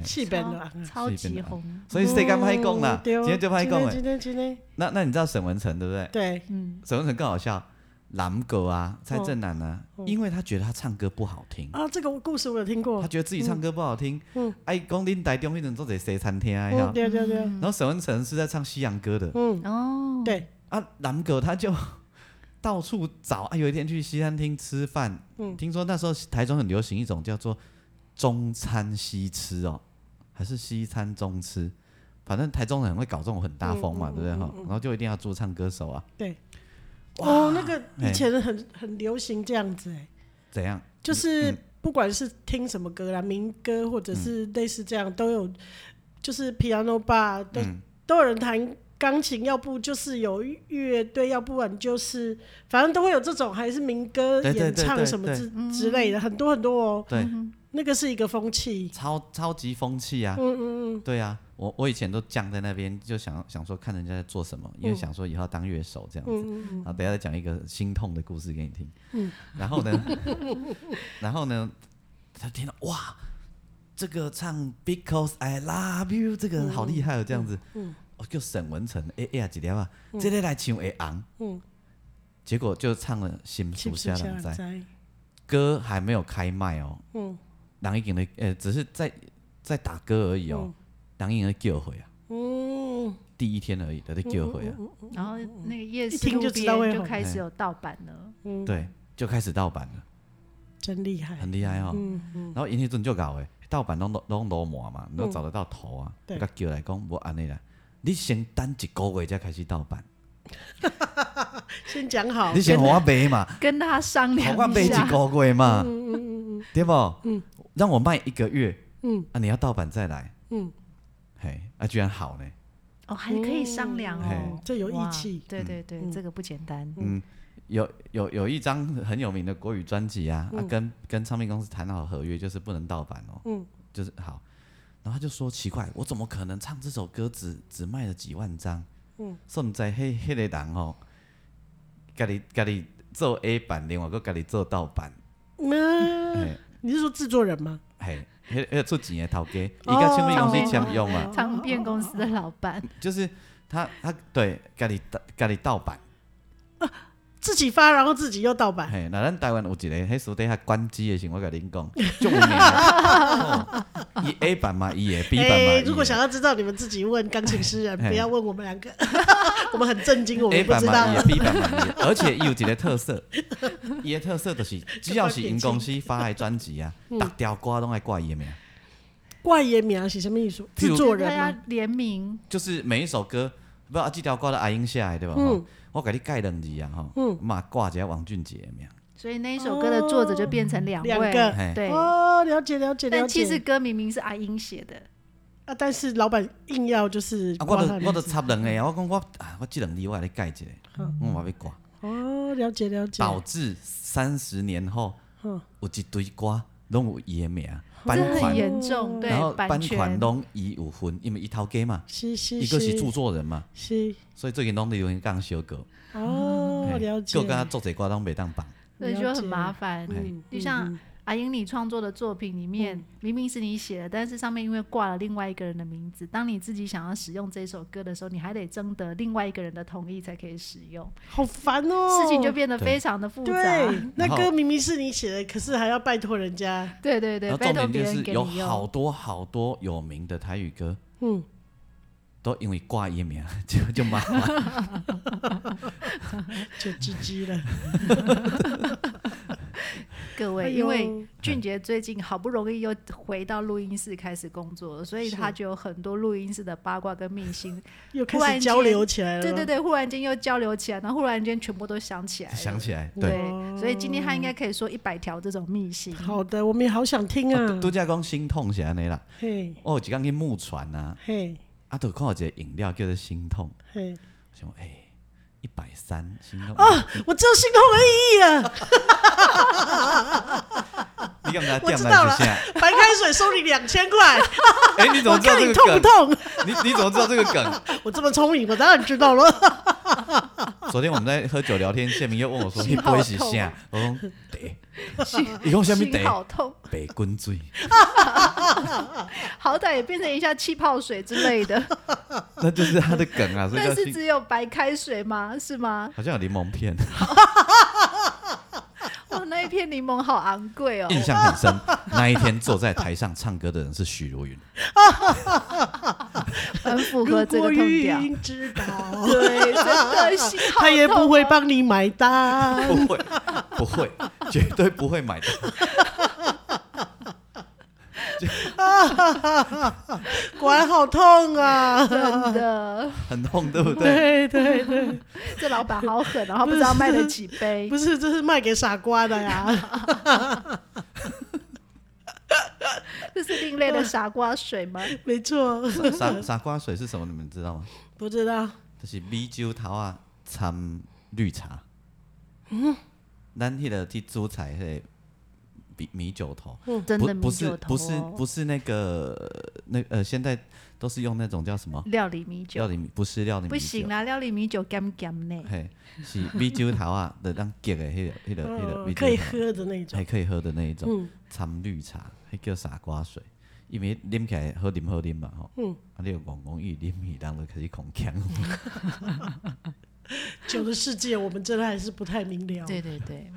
Speaker 2: 气本了。
Speaker 3: 超
Speaker 1: 是一
Speaker 3: 级
Speaker 1: 边的啊
Speaker 3: 红，
Speaker 2: 嗯
Speaker 1: 所以谁敢拍供啦？
Speaker 2: 对
Speaker 1: 今
Speaker 2: 哦
Speaker 1: 天就拍供哎
Speaker 2: 今。天今天
Speaker 1: 那那你知道沈文成对不对？
Speaker 2: 今天对，
Speaker 1: 沈文成更好笑，蓝狗啊，蔡正南啊，
Speaker 2: 哦
Speaker 1: 因为他觉得他唱歌不好听，
Speaker 2: 啊，这个故事我有听
Speaker 1: 他
Speaker 2: 过，
Speaker 1: 觉得自己唱歌不好听，哎，讲恁台中那种做者西餐厅啊，
Speaker 2: 嗯嗯，对对对，嗯
Speaker 1: 然后沈文成是在唱西洋歌的
Speaker 3: 哦，
Speaker 2: 对，
Speaker 1: 啊，蓝狗他就 到处找啊，有一天去西餐厅吃饭，听说那时候台中很流行一种叫做中餐西吃哦，还是西餐中吃。反正台中人很会搞这种很大风嘛，对不对哈？然后就一定要驻唱歌手啊，
Speaker 2: 对。哦，那个
Speaker 1: 哎
Speaker 2: 以前很很流行这样子，哎，
Speaker 1: 怎样？嗯
Speaker 2: 就是不管是听什么歌啦，民歌或者是类似这样，都有，就是 piano bar 都
Speaker 1: 嗯
Speaker 2: 都有人弹钢琴，要不就是有乐队，要不然就是反正都会有这种，还是民歌
Speaker 1: 对对
Speaker 2: 演
Speaker 1: 对
Speaker 2: 唱
Speaker 1: 对
Speaker 2: 什么
Speaker 1: 对
Speaker 2: 之之类的，很多很多哦。
Speaker 1: 对，
Speaker 2: 那个是一个风气，
Speaker 1: 超超级风气啊！嗯嗯嗯，对啊，我我以前都僵在那边，就想想说看人家在做什么，因为想说以后要当乐手这样子。嗯好，等一下再讲一个心痛的故事给你听。嗯，然后呢， 然后呢，他听到哇，这个唱 Because I Love You 这个人好厉害哦，这样子。嗯，哦叫沈文成，哎哎呀一粒啊，这个来唱会红，
Speaker 2: 嗯，
Speaker 1: 结果就唱了《心
Speaker 2: 是
Speaker 1: 事
Speaker 2: 不是
Speaker 1: 下
Speaker 2: 这
Speaker 1: 人
Speaker 2: 样
Speaker 1: 在》，
Speaker 2: 在？
Speaker 1: 歌还没有开麦哦，
Speaker 2: 嗯
Speaker 1: 人已经咧，呃，只是在在打歌而已哦，人已经咧叫回啊，
Speaker 2: 嗯，
Speaker 1: 第一天而已，他在叫回啊，
Speaker 3: 然后那个夜
Speaker 2: 一
Speaker 3: 市
Speaker 2: 听
Speaker 3: 路
Speaker 2: 就知道会
Speaker 3: 边就
Speaker 2: 红
Speaker 1: 哎
Speaker 3: 开始有盗版了，
Speaker 2: 嗯
Speaker 1: 对，就开始盗版了，
Speaker 2: 真厉害，
Speaker 1: 很厉害哦。
Speaker 2: 嗯
Speaker 1: 然后因迄阵就搞诶，盗版拢拢罗满嘛，拢找得到头啊，
Speaker 2: 对
Speaker 1: 甲叫来讲无安尼啦，你先等一个月才开始盗版，
Speaker 2: 先讲好
Speaker 1: 你，先互我卖嘛，
Speaker 3: 跟他商量
Speaker 1: 好，我
Speaker 2: 啊
Speaker 1: 卖
Speaker 3: 一
Speaker 1: 一
Speaker 3: 下。
Speaker 1: 个月嘛，
Speaker 2: 嗯
Speaker 1: 对不？让我卖一个月，啊，你要盗版再来，
Speaker 2: 嗯
Speaker 1: 嘿，啊，居然好呢，
Speaker 3: 哦，还可以商量哦
Speaker 1: 嘿，
Speaker 2: 这有
Speaker 3: 哇
Speaker 2: 义气
Speaker 3: 对对对，这个不简单。
Speaker 1: 嗯，有有有一张很有名的国语专辑啊，啊跟跟唱片公司谈好合约，就是不能盗版哦，
Speaker 2: 嗯
Speaker 1: 就是好，然后他就说奇怪，我怎么可能唱这首歌只只卖了几万张？嗯，说唔知迄迄个人哦，家己家己做 A 版，另外个家己做盗版，
Speaker 2: 嗯，
Speaker 1: 嘿
Speaker 2: 你是说制作人吗？
Speaker 1: 嘿，迄迄出钱的头家，伊
Speaker 2: 哦
Speaker 1: 甲唱片公司签约嘛，
Speaker 3: 唱片公司的老 板，
Speaker 1: 就是他他对家己盗家己盗版。
Speaker 2: 自己发，然后自己又盗版，
Speaker 1: 嘿，那咱台湾有一个，迄私底下关机的时候，我甲恁讲，足有名的。哦伊 A 版嘛，伊的 B 版嘛，
Speaker 2: 哎，
Speaker 1: 伊的
Speaker 2: 如果想要知道，你们自己问钢琴诗人，
Speaker 1: 嘿
Speaker 2: 不要问我们两个， 我们很震惊，我
Speaker 1: A
Speaker 2: 们不
Speaker 1: 版
Speaker 2: 知
Speaker 1: 嘛，
Speaker 2: 道啊
Speaker 1: 伊。的 B 版嘛，伊的而且伊有一个特色，伊的特 色就是只要是因公司发的专辑啊，
Speaker 2: 嗯
Speaker 1: 逐条歌拢爱挂伊的名，
Speaker 2: 怪爷名啊是什么意思？
Speaker 1: 譬如
Speaker 2: 制作
Speaker 3: 他
Speaker 2: 人
Speaker 3: 要
Speaker 2: 吗？
Speaker 3: 联名，
Speaker 1: 就是每一首歌，不啊，这条歌都阿英写的对吧？
Speaker 2: 嗯
Speaker 1: 吼我甲你盖两字啊，吼，嘛挂一个王俊杰的名，
Speaker 3: 所以那一首歌的作者就变成两
Speaker 2: 哦两
Speaker 3: 位
Speaker 2: 个，
Speaker 1: 嘿
Speaker 3: 对。
Speaker 2: 哦，了解了解了
Speaker 3: 但
Speaker 2: 解。
Speaker 3: 其实歌明明是阿英写的，
Speaker 2: 啊，但是老板硬要就是
Speaker 1: 啊，我
Speaker 2: 挂他的
Speaker 1: 都我
Speaker 2: 名
Speaker 1: 都
Speaker 2: 字
Speaker 1: 插两个啊，我讲我啊，我这两字我甲你盖一个，我嘛要挂。
Speaker 2: 哦，了解了解，
Speaker 1: 导致三十年后
Speaker 2: 嗯
Speaker 1: 有一堆歌拢有伊的名，版
Speaker 3: 这哦很
Speaker 1: 权，
Speaker 3: 严重，对
Speaker 1: 然后
Speaker 3: 版
Speaker 1: 版
Speaker 3: 权
Speaker 1: 权。拢伊有分，因为伊头家嘛，
Speaker 2: 是是
Speaker 1: 伊个是
Speaker 2: 是
Speaker 1: 著作人嘛，
Speaker 2: 是
Speaker 1: 所以最近拢流行讲小歌，哎
Speaker 2: 哦，了解，
Speaker 1: 就跟作者歌拢袂当放，
Speaker 3: 所以就很麻烦。
Speaker 1: 嗯
Speaker 3: 就像阿英你创作的作品里面，明明是你写的，但是上面因为挂了另外一个人的名字，当你自己想要使用这首歌的时候，你还得征得另外一个人的同意才可以使用，
Speaker 2: 好烦哦，
Speaker 3: 事情就变得非常的复杂。
Speaker 2: 对。那
Speaker 1: 然后
Speaker 2: 歌明明是你写的，可是还要拜托人家，
Speaker 3: 对对对
Speaker 1: 然后
Speaker 3: 拜
Speaker 1: 重
Speaker 3: 托
Speaker 1: 点
Speaker 3: 别
Speaker 1: 就
Speaker 3: 人
Speaker 1: 是
Speaker 3: 给
Speaker 1: 有
Speaker 3: 你
Speaker 1: 好
Speaker 3: 用。
Speaker 1: 多好多有名的台语歌
Speaker 2: 嗯，
Speaker 1: 都因为挂伊的名 就就麻烦，
Speaker 2: 就唧唧了。
Speaker 3: 各
Speaker 2: 哎
Speaker 3: 位，
Speaker 2: 呦
Speaker 3: 因为俊杰最近好不容易又回到录音室开始工作了，所以
Speaker 2: 是
Speaker 3: 他就有很多录音室的八卦跟秘辛。
Speaker 2: 又
Speaker 3: 忽
Speaker 2: 开
Speaker 3: 然
Speaker 2: 始
Speaker 3: 间
Speaker 2: 交流起来了。
Speaker 3: 对对，对，忽然间又交流起来，然后忽然间全部都想起来了。
Speaker 1: 想起来对。
Speaker 3: 对，所以今天他应该可以说一百条这种秘辛。
Speaker 2: 好的，我们也好想听啊。
Speaker 1: 拄则讲心痛是安尼啦，哦
Speaker 2: 嘿，
Speaker 1: 我有一工去木船啊，
Speaker 2: 嘿，
Speaker 1: 啊，都看到一个饮料叫做心痛，
Speaker 2: 嘿，
Speaker 1: 我想诶一百三心痛，
Speaker 2: 我只有心痛而已啊！
Speaker 1: 你敢
Speaker 2: 我
Speaker 1: 不知道店
Speaker 2: 知
Speaker 1: 内
Speaker 2: 道了
Speaker 1: 是啥？
Speaker 2: 白开水收你两千块，
Speaker 1: 哎、 你怎
Speaker 2: 我
Speaker 1: 么知道
Speaker 2: 看
Speaker 1: 这
Speaker 2: 你
Speaker 1: 个
Speaker 2: 痛不
Speaker 1: 梗？
Speaker 2: 痛？
Speaker 1: 你你怎么知道这个梗？
Speaker 2: 我这么聪明，我当然知道了。
Speaker 1: 昨天我们在喝酒聊天，谢明又问我说：“你
Speaker 3: 心
Speaker 1: 不
Speaker 3: 好
Speaker 1: 会
Speaker 3: 痛
Speaker 1: 是 啥？”我讲：“得，一共下面
Speaker 3: 心
Speaker 1: 得
Speaker 3: 好痛，
Speaker 1: 白滚水。
Speaker 3: 好歹也变成一下气泡水之类 的，”
Speaker 1: 那就是他的 梗啊，所以
Speaker 3: 但
Speaker 1: 叫
Speaker 3: 是
Speaker 1: 心
Speaker 3: 只有白开水吗？是吗？
Speaker 1: 好像有柠檬片，
Speaker 3: 哇，那一片柠檬好昂贵哦！
Speaker 1: 印象很 深。那一天坐在台上唱歌的人是许茹芸，
Speaker 3: 很 符合
Speaker 2: 如
Speaker 3: 这个
Speaker 2: 果
Speaker 3: 痛调。
Speaker 2: 云知道，
Speaker 3: 对，真的心好痛、啊
Speaker 2: 他也不会。帮你买单。
Speaker 1: 不会，不会，绝对不会买的。
Speaker 2: 果然好痛啊！
Speaker 3: 真的，
Speaker 1: 很痛，对不对？
Speaker 2: 对对 对，
Speaker 3: 这老板好狠，然后不知道卖了几 杯
Speaker 2: 不。是，这是卖给傻瓜的 呀。
Speaker 3: 这是另类的傻瓜水吗？
Speaker 2: 没错，
Speaker 1: 傻傻瓜水是什么？你们知道吗？
Speaker 2: 不知道
Speaker 1: 就是米酒头啊掺绿茶。嗯，咱迄个去煮菜迄个米米酒头。
Speaker 3: 真
Speaker 1: 不
Speaker 3: 的米
Speaker 1: 不是
Speaker 3: 酒头、哦
Speaker 1: 不是不是那个那呃，现在都是用那种叫什么
Speaker 3: 料理米
Speaker 1: 料
Speaker 3: 酒，
Speaker 1: 理米，不是料理米酒
Speaker 3: 不行啊啦，料理米酒干干呢。
Speaker 1: 嘿，是米酒头啊， 的当结的迄个迄个迄个
Speaker 2: 嗯
Speaker 1: 米
Speaker 2: 可以
Speaker 1: 酒头，
Speaker 2: 喝的那种。
Speaker 3: 嗯
Speaker 1: 还可以喝的那一种，掺绿茶，还叫傻瓜水，因为啉起来好啉好啉嘛吼，
Speaker 3: 嗯
Speaker 1: 啊，你有戆戆伊啉伊，人就开始恐强。
Speaker 2: 酒的世界，我们真的还是不太明了。
Speaker 3: 对对对，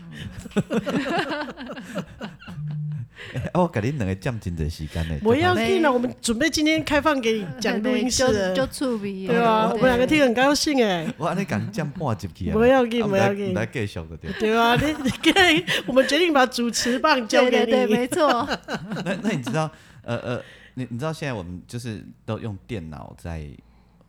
Speaker 3: 嗯
Speaker 1: 啊， 我甲恁两个占真侪时间嘞。
Speaker 2: 我要
Speaker 3: 没
Speaker 2: 听了，我们准备今天开放给你讲录音室
Speaker 3: 就就
Speaker 2: 了，
Speaker 3: 触鼻，
Speaker 2: 对啊，我们两个听得很高兴哎、
Speaker 1: 我安尼共占半集去啊。
Speaker 2: 不要紧
Speaker 1: 啊
Speaker 2: 不要紧
Speaker 1: 唔来继续就对。
Speaker 2: 对 啊，你你可以，我们决定把主持棒交
Speaker 3: 对
Speaker 2: 给你。
Speaker 3: 对对，没错，
Speaker 1: 那那你知道，呃呃，你你知道现在我们就是都用电脑在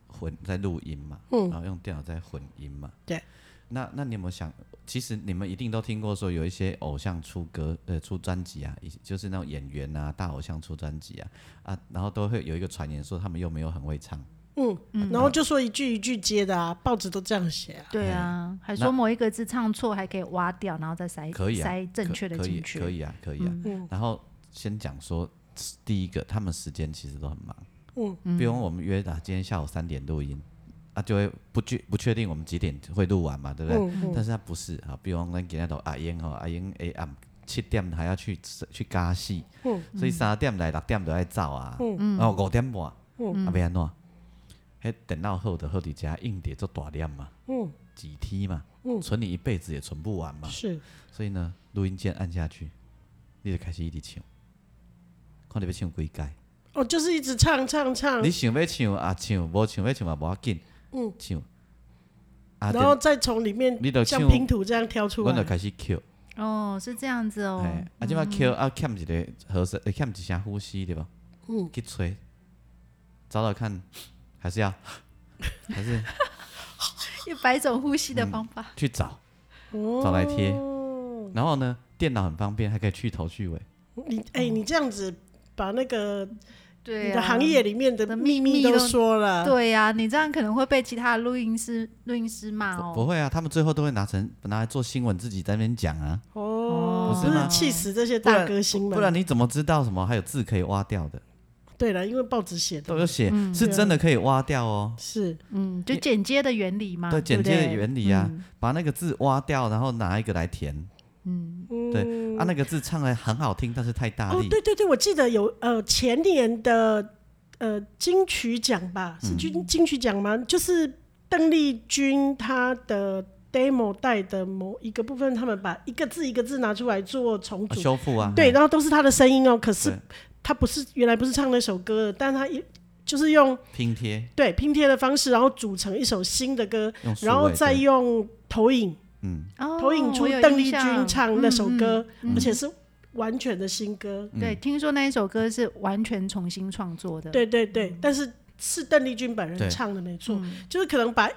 Speaker 1: 混在录音嘛，然后用电脑在混音嘛。
Speaker 2: 嗯对。
Speaker 1: 那那你有没有想，其实你们一定都听过说有一些偶像出歌呃出专辑啊，一些就是那种演员啊大偶像出专辑啊啊，然后都会有一个传言说他们又没有很会唱，
Speaker 2: 嗯，然后就说一句一句接的啊，报纸都这样写啊。
Speaker 3: 对啊，还说某一个字唱错还可以挖掉，然后再塞
Speaker 1: 可以啊，
Speaker 3: 塞正
Speaker 1: 可
Speaker 3: 确的
Speaker 1: 可以
Speaker 3: 进去，
Speaker 1: 可以啊可以啊。
Speaker 2: 嗯
Speaker 1: 然后先讲说第一个，他们时间其实都很忙。
Speaker 2: 嗯，
Speaker 1: 比如我们约的今天下午三点录音，啊，就会不确不确定我们几点会录完嘛，对不对？
Speaker 2: 嗯
Speaker 1: 但是他不是啊，比如我们今天都阿英吼，阿英 A M 七点还要去去加戏，
Speaker 2: 嗯
Speaker 1: 所以三点来六点就要走啊，
Speaker 3: 嗯
Speaker 1: 然后五点半，
Speaker 2: 嗯
Speaker 1: 啊，要安怎？迄电脑好的好伫遮硬碟做大量嘛，
Speaker 2: 嗯
Speaker 1: 几 T 嘛，存你一辈子也存不完嘛，
Speaker 2: 是，
Speaker 1: 所以呢，录音键按下去，你就开始一直唱，看你要唱几届。
Speaker 2: 哦，就是一直唱唱唱
Speaker 1: 你，想要唱啊唱，无想要唱嘛无要紧，
Speaker 2: 嗯
Speaker 1: 唱。啊，
Speaker 2: 然后再从里面
Speaker 1: 你就
Speaker 2: 像
Speaker 1: 唱
Speaker 2: 拼图这样挑出
Speaker 1: 阮就
Speaker 2: 来。
Speaker 1: 开始扣，
Speaker 3: 哦，是这样子哦
Speaker 1: 嘿，，
Speaker 2: 嗯
Speaker 1: 啊，即摆扣啊欠一个和声，呃欠一声呼吸对吧？
Speaker 2: 嗯，
Speaker 1: 去吹，找找看，还是要， 还是
Speaker 3: 一百种呼吸的方 法，
Speaker 1: 去找。
Speaker 2: 哦
Speaker 1: 找来贴然后呢，电脑很方便，还可以去头去尾。
Speaker 2: 你哎、你这样子把那个
Speaker 3: 嗯对
Speaker 2: 你
Speaker 3: 啊，
Speaker 2: 的行业里啊面的
Speaker 3: 的
Speaker 2: 秘密
Speaker 3: 秘密
Speaker 2: 都
Speaker 3: 都
Speaker 2: 说了。
Speaker 3: 对呀、你这样可能会被其他的录音师录音师骂
Speaker 1: 不
Speaker 3: 哦。
Speaker 1: 不会啊，他们最后都会拿成拿来做新闻，自己在那边讲啊。
Speaker 2: 哦，
Speaker 3: 不
Speaker 2: 不
Speaker 3: 是
Speaker 2: 是
Speaker 3: 吗
Speaker 2: 气死这些大歌星
Speaker 1: 不
Speaker 2: 们
Speaker 1: 然。你怎么知道什么还有字可以挖掉
Speaker 2: 嗯
Speaker 1: 的？
Speaker 2: 对了，因为报纸写的
Speaker 1: 都有写，是真的可以挖掉哦。
Speaker 2: 是
Speaker 3: 嗯，就剪接的原理
Speaker 2: 啊
Speaker 3: 嘛。
Speaker 1: 对，
Speaker 3: 对
Speaker 1: 剪
Speaker 3: 不
Speaker 1: 接的
Speaker 3: 啊对嗯
Speaker 1: 原理啊，把那个字挖掉，然后拿一个来填。嗯，对啊，那个字唱的很好听，但是太大
Speaker 2: 哦，
Speaker 1: 力。
Speaker 2: 对对对，我记得有呃前年的呃金曲奖吧，是金
Speaker 1: 嗯
Speaker 2: 金曲奖吗？就是邓丽君她的 demo 带的某一个部分，他们把一个字一个字拿出来做重
Speaker 1: 啊
Speaker 2: 组，
Speaker 1: 修复啊，
Speaker 2: 对，
Speaker 1: 嗯
Speaker 2: 然后都是她的声音哦，可是
Speaker 1: 对
Speaker 2: 她不是原来不是唱那首歌的，但她也就是用
Speaker 1: 拼贴
Speaker 2: 对拼贴的方式，然后组成一首新的歌，
Speaker 1: 用数
Speaker 2: 然后
Speaker 1: 位
Speaker 2: 再
Speaker 1: 对
Speaker 2: 用投影。
Speaker 1: 嗯，
Speaker 3: 哦
Speaker 2: 投影出
Speaker 3: 我有
Speaker 2: 邓丽
Speaker 3: 印象
Speaker 2: 君唱那首歌，
Speaker 3: 嗯嗯嗯
Speaker 2: 而且是完全的新歌。
Speaker 3: 对，
Speaker 1: 嗯
Speaker 3: 听说那一首歌是完全重新创作的。嗯
Speaker 2: 对对对，但是是邓丽君本人
Speaker 1: 对
Speaker 2: 唱的，没错，就是可能把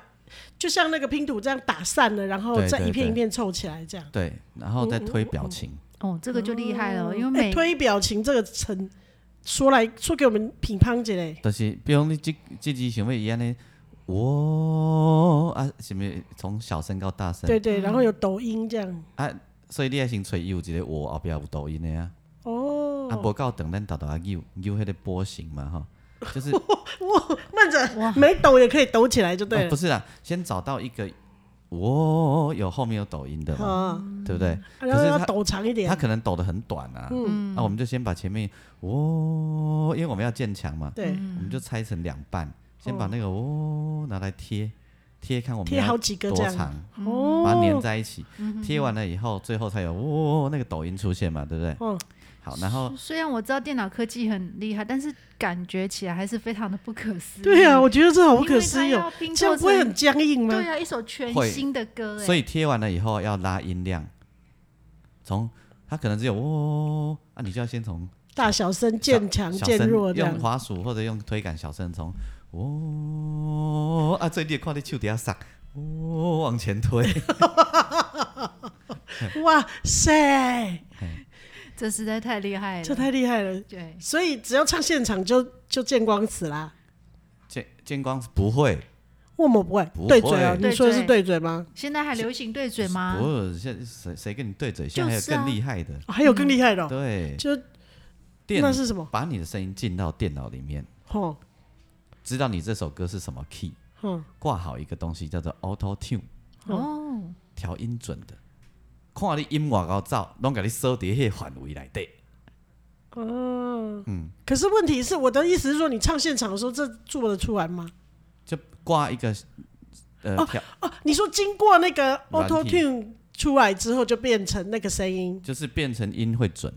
Speaker 2: 就像那个拼图这样打散了，然后
Speaker 1: 对
Speaker 2: 再
Speaker 1: 对
Speaker 2: 一片
Speaker 1: 对
Speaker 2: 一片凑起来这样。
Speaker 1: 对，然后再推表
Speaker 2: 嗯
Speaker 1: 情，
Speaker 3: 哦，这个就厉害了，因为
Speaker 2: 哎、
Speaker 3: 每
Speaker 2: 推表情这个成说来说给我们品乓姐嘞，
Speaker 1: 就是比如你这这集想要一样呢，哇啊，什么从小声到大声
Speaker 2: 对
Speaker 3: 嗯
Speaker 2: 对，然后有抖音这样。
Speaker 1: 啊，所以你爱先吹有一个我后壁有抖音的啊，啊
Speaker 2: 哦，
Speaker 1: 无够长咱豆豆啊扭扭迄个波形嘛吼，就是
Speaker 2: 哇，慢
Speaker 3: 哇
Speaker 2: 着，没抖也可以抖起来就对
Speaker 1: 哦
Speaker 2: 了
Speaker 1: 不。是啦，先找到一个我有后面有抖音的嘛，
Speaker 2: 啊，
Speaker 1: 对不对？
Speaker 2: 然后
Speaker 1: 可是
Speaker 2: 要
Speaker 1: 他
Speaker 2: 抖长一点
Speaker 1: 他。可能抖得很短啊，
Speaker 2: 嗯
Speaker 1: 那、我们就先把前面哦，因为我们要建墙嘛，
Speaker 2: 对，
Speaker 1: 我们就拆成两半，先把那个哦拿来贴贴，看我们
Speaker 2: 贴好
Speaker 1: 要
Speaker 2: 几个这
Speaker 1: 多
Speaker 2: 样。
Speaker 1: 长，
Speaker 3: 嗯
Speaker 2: 哦，嗯
Speaker 1: 把它粘在一起。贴完了以后，最后才有哦那个抖音出现嘛，对不对？
Speaker 2: 嗯
Speaker 1: 好，然后
Speaker 3: 虽然我知道电脑科技很厉害，但是感觉起来还是非常的不可思议。
Speaker 2: 对呀、
Speaker 3: 呀、
Speaker 2: 我觉得这好不可思
Speaker 3: 因
Speaker 2: 议
Speaker 3: 为
Speaker 2: 哦。
Speaker 3: 它要拼
Speaker 2: 这
Speaker 3: 凑
Speaker 2: 样不会很
Speaker 3: 成
Speaker 2: 僵硬吗
Speaker 3: 对？啊呀、一首全
Speaker 1: 会
Speaker 3: 新的歌哎，
Speaker 1: 所以贴完了以后要拉音量，从它可能只有哦，啊，你就要先从
Speaker 2: 大小声渐强
Speaker 1: 小
Speaker 2: 渐
Speaker 1: 声
Speaker 2: 弱这样
Speaker 1: 用。滑鼠或者用推杆小声从哦啊，最你会看你手底下塞哦往前推，
Speaker 2: 哇塞，
Speaker 3: 这实在太厉害了。
Speaker 2: 这太厉害了！
Speaker 3: 对，
Speaker 2: 所以只要唱现场就就见光死啦。
Speaker 1: 见见光是不会，
Speaker 2: 我们不会
Speaker 1: 不会
Speaker 2: 对嘴啊？
Speaker 3: 对
Speaker 2: 你说的是
Speaker 3: 嘴
Speaker 2: 对嘴吗？
Speaker 3: 现在还流行对嘴
Speaker 2: 啊
Speaker 3: 吗？
Speaker 1: 不是现谁谁跟你对嘴，现在
Speaker 3: 就
Speaker 1: 还有
Speaker 3: 是啊
Speaker 1: 更厉害的，
Speaker 2: 哦还有更厉害的哦，
Speaker 1: 嗯对，
Speaker 2: 就
Speaker 1: 电
Speaker 2: 那是什么？
Speaker 1: 把你的声音进到电脑里面，
Speaker 2: 哦，
Speaker 1: 知道你这首歌是什么 key，
Speaker 2: 嗯，
Speaker 1: 挂好一个东西叫做 Auto Tune，
Speaker 3: 哦，
Speaker 1: 调音准的，看你音外高走，拢给你收伫迄个范围内底。
Speaker 2: 哦，嗯。可是问题是，我的意思是说，你唱现场的时候，这做得出来吗？
Speaker 1: 就挂一个呃条，
Speaker 2: 哦，你说经过那个
Speaker 1: 软
Speaker 2: Auto
Speaker 1: 体
Speaker 2: Tune 出来之后，就变成那个声音。
Speaker 1: 就是变成音会准，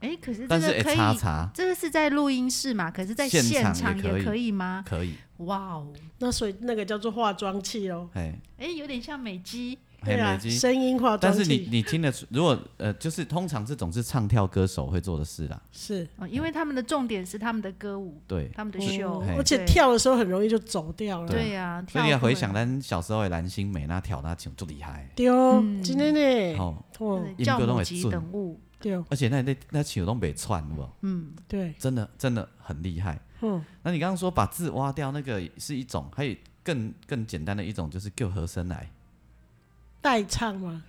Speaker 3: 哎、可是这
Speaker 1: 但是
Speaker 3: 个
Speaker 1: 会
Speaker 3: 可以，
Speaker 1: 查查
Speaker 3: 这个是在录音室嘛？可是在
Speaker 1: 现
Speaker 3: 现
Speaker 1: 场
Speaker 3: 场
Speaker 1: 也可
Speaker 3: 也
Speaker 1: 以
Speaker 3: 可以吗？
Speaker 1: 可以，
Speaker 3: 哇哦，
Speaker 2: 那所以那个叫做化妆器哦。
Speaker 1: 哎，
Speaker 3: 哎、有点像美肌，
Speaker 1: 很
Speaker 2: 啊
Speaker 1: 累，积。
Speaker 2: 声音化
Speaker 1: 但
Speaker 2: 妆
Speaker 1: 是你
Speaker 2: 器
Speaker 1: 你听得出，如果呃，就是通常这种是唱跳歌手会做的事啦，
Speaker 2: 是
Speaker 3: 哦，因为他们的重点是他们的歌舞，
Speaker 1: 对。
Speaker 3: 他们的秀
Speaker 2: 哦，
Speaker 1: 嘿
Speaker 2: 而且
Speaker 3: 对
Speaker 2: 跳的时候很容易就走掉了。
Speaker 3: 对呀、
Speaker 1: 所
Speaker 3: 跳
Speaker 1: 以你要
Speaker 3: 过
Speaker 1: 回想咱小时候的蓝心湄那跳那唱就厉害，
Speaker 2: 对哦，
Speaker 3: 嗯
Speaker 2: 今天呢，
Speaker 1: 哦，
Speaker 2: 哦，
Speaker 3: 真的教母级等物，
Speaker 2: 对哦，
Speaker 1: 而且那那那曲都没串，有无？
Speaker 3: 嗯，
Speaker 2: 对，
Speaker 1: 真的真的很厉害。
Speaker 2: 嗯，
Speaker 1: 那你刚刚说把字挖掉那个是一种，还有更更简单的一种就是叫和声来，
Speaker 2: 代唱嘛，